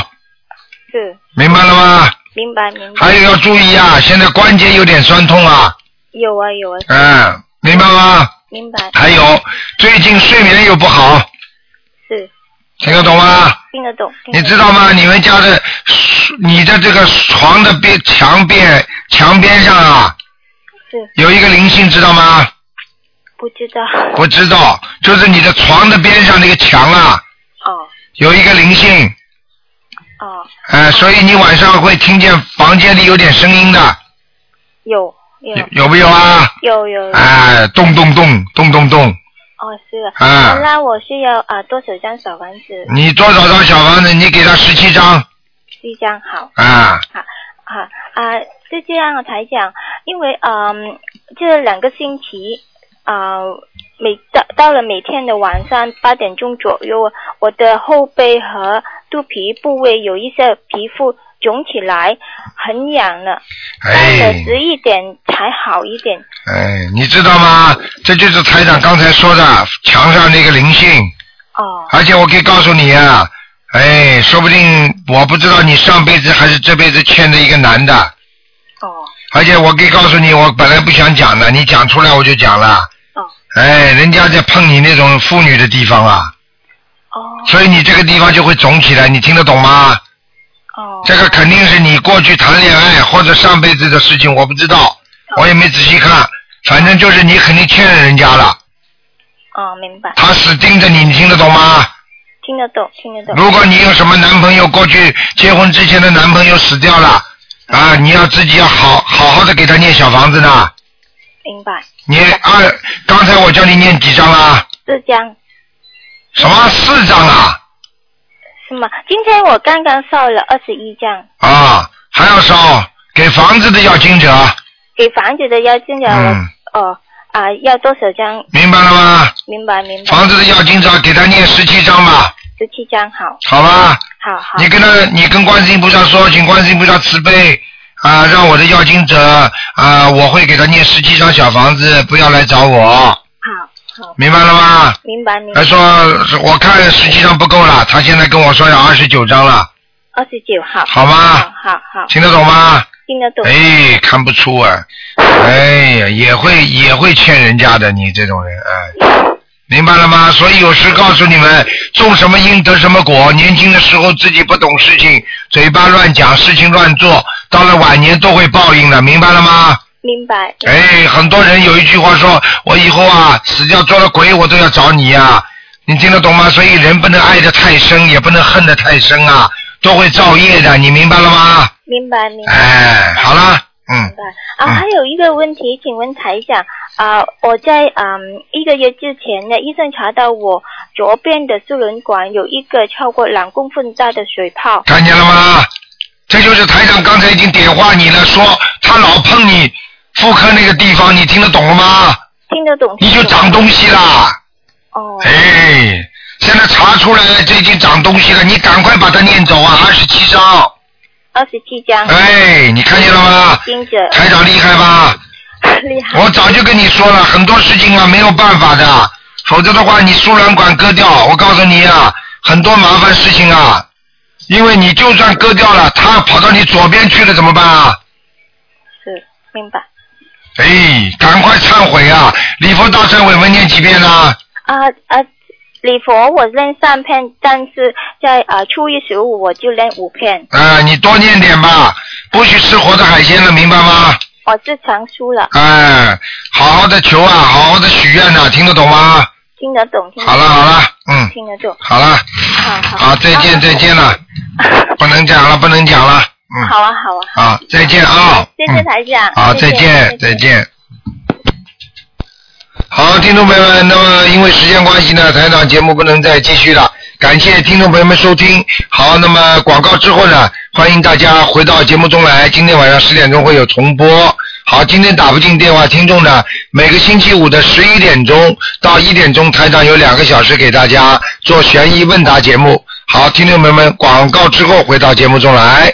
是，
明白了吗？
明白明白，
还有要注意啊，现在关节有点酸痛啊，
有啊有啊，
嗯，明白吗？
明白
还有最近睡眠又不好，
是
听得懂吗？
听得懂，听
你
得
知道吗？你们家的，你的这个床的边墙边墙边上啊，
是
有一个灵性，知道吗？
不知道
不知道，就是你的床的边上那个墙啊，
哦
有一个灵性，
哦
呃，所以你晚上会听见房间里有点声音的，
有有
有有没有啊？
有有有
哎、咚咚咚咚咚咚，
哦是啊，
啊嗯
那我需要啊多少张小房子？
你多少张小房子？你给他十七张
一张好。
啊，
啊啊，是这样啊，台长，因为嗯，这两个星期啊、每到到了每天的晚上八点钟左右，我的后背和肚皮部位有一些皮肤肿起来，很痒了。到了
哎
十一点才好一点。
哎，你知道吗？这就是台长刚才说的墙上那个灵性，
哦
而且我可以告诉你啊，哎，说不定我不知道你上辈子还是这辈子欠着一个男的。
哦
而且我可以告诉你，我本来不想讲的，你讲出来我就讲了。
哦
哎，人家在碰你那种妇女的地方啊，
哦
所以你这个地方就会肿起来，你听得懂吗？
哦。
这个肯定是你过去谈恋爱或者上辈子的事情，我不知道，我也没仔细看，反正就是你肯定欠了人家了，
哦，明白，
他死盯着你，你听得懂吗？
听得懂，听得懂。
如果你有什么男朋友，过去结婚之前的男朋友死掉了，啊，你要自己要好好好的给他念小房子呢。
明白，
你二，刚才我叫你念几张啦？
这样
什么四张啊？
是吗？今天我刚刚烧了二十一张。
啊，还要烧给房子的要经者，
给房子的要进展，
嗯
我哦啊要多少张？
明白了吗？
明白明白，
房子的要经者给他念十七张吧，
十七张好，
好吧？
好好
你跟他，你跟观世音菩萨说，请观世音菩萨慈悲啊，让我的要经者啊，我会给他念十七张小房子，不要来找我，
好好，
明白了吗？
明白明白
他，说我看十七张不够了，他现在跟我说要二十九张了，
二十九号，
好吗？
好好
听得懂吗？
听得懂，
哎，看不出啊，哎呀，也会也会欠人家的，你这种人，哎，明白了吗？所以有时告诉你们，种什么因得什么果。年轻的时候自己不懂事情，嘴巴乱讲，事情乱做，到了晚年都会报应的，明白了吗？
明白，
哎，很多人有一句话说，我以后啊死掉做了鬼，我都要找你呀、你听得懂吗？所以人不能爱得太深，也不能恨得太深啊，都会造业的，你明白了吗？
明白明白。
哎，好了，嗯
明。白啊，还有一个问题，请问台长啊，我在嗯一个月之前呢，医生查到我左边的输卵管有一个超过两公分大的水泡，
看见了吗？这就是台长刚才已经点化你了，说他老碰你妇科那个地方，你听得懂了吗？
听得懂？
你就
听得懂
长东西啦，
哦，
哎，现在查出来了，这已经长东西了，你赶快把它念走啊，二十七章，
二十七张，
哎，你看见了吗？
盯着，
台长厉害吧？
厉害。
我早就跟你说了，很多事情啊没有办法的，否则的话你输卵管割掉，我告诉你啊，很多麻烦事情啊，因为你就算割掉了，它跑到你左边去了怎么办啊？
是，明白。
哎，赶快忏悔啊！礼佛大忏悔文念几遍呢、
啊啊，礼佛我练三篇，但是在呃初一十五我就练五篇，
啊、你多念点吧，不许吃活的海鲜了，明白吗？
我是常输了，
哎、好好的求啊，好好的许愿呐、听得懂吗？
听得懂，听得
好了好了，嗯，
听得懂，
好了，
好好啊
好，再见再见了，不能讲了不能讲了，嗯，
好啊好啊，
啊，再见啊，
谢谢
嗯
台长，
好，再见，再见。好，听众朋友们，那么因为时间关系呢，台长节目不能再继续了，感谢听众朋友们收听。好，那么广告之后呢，欢迎大家回到节目中来，今天晚上十点钟会有重播。好，今天打不进电话，听众呢，每个星期五的十一点钟到一点钟，台长有两个小时给大家做悬疑问答节目。好，听众朋友们，广告之后回到节目中来。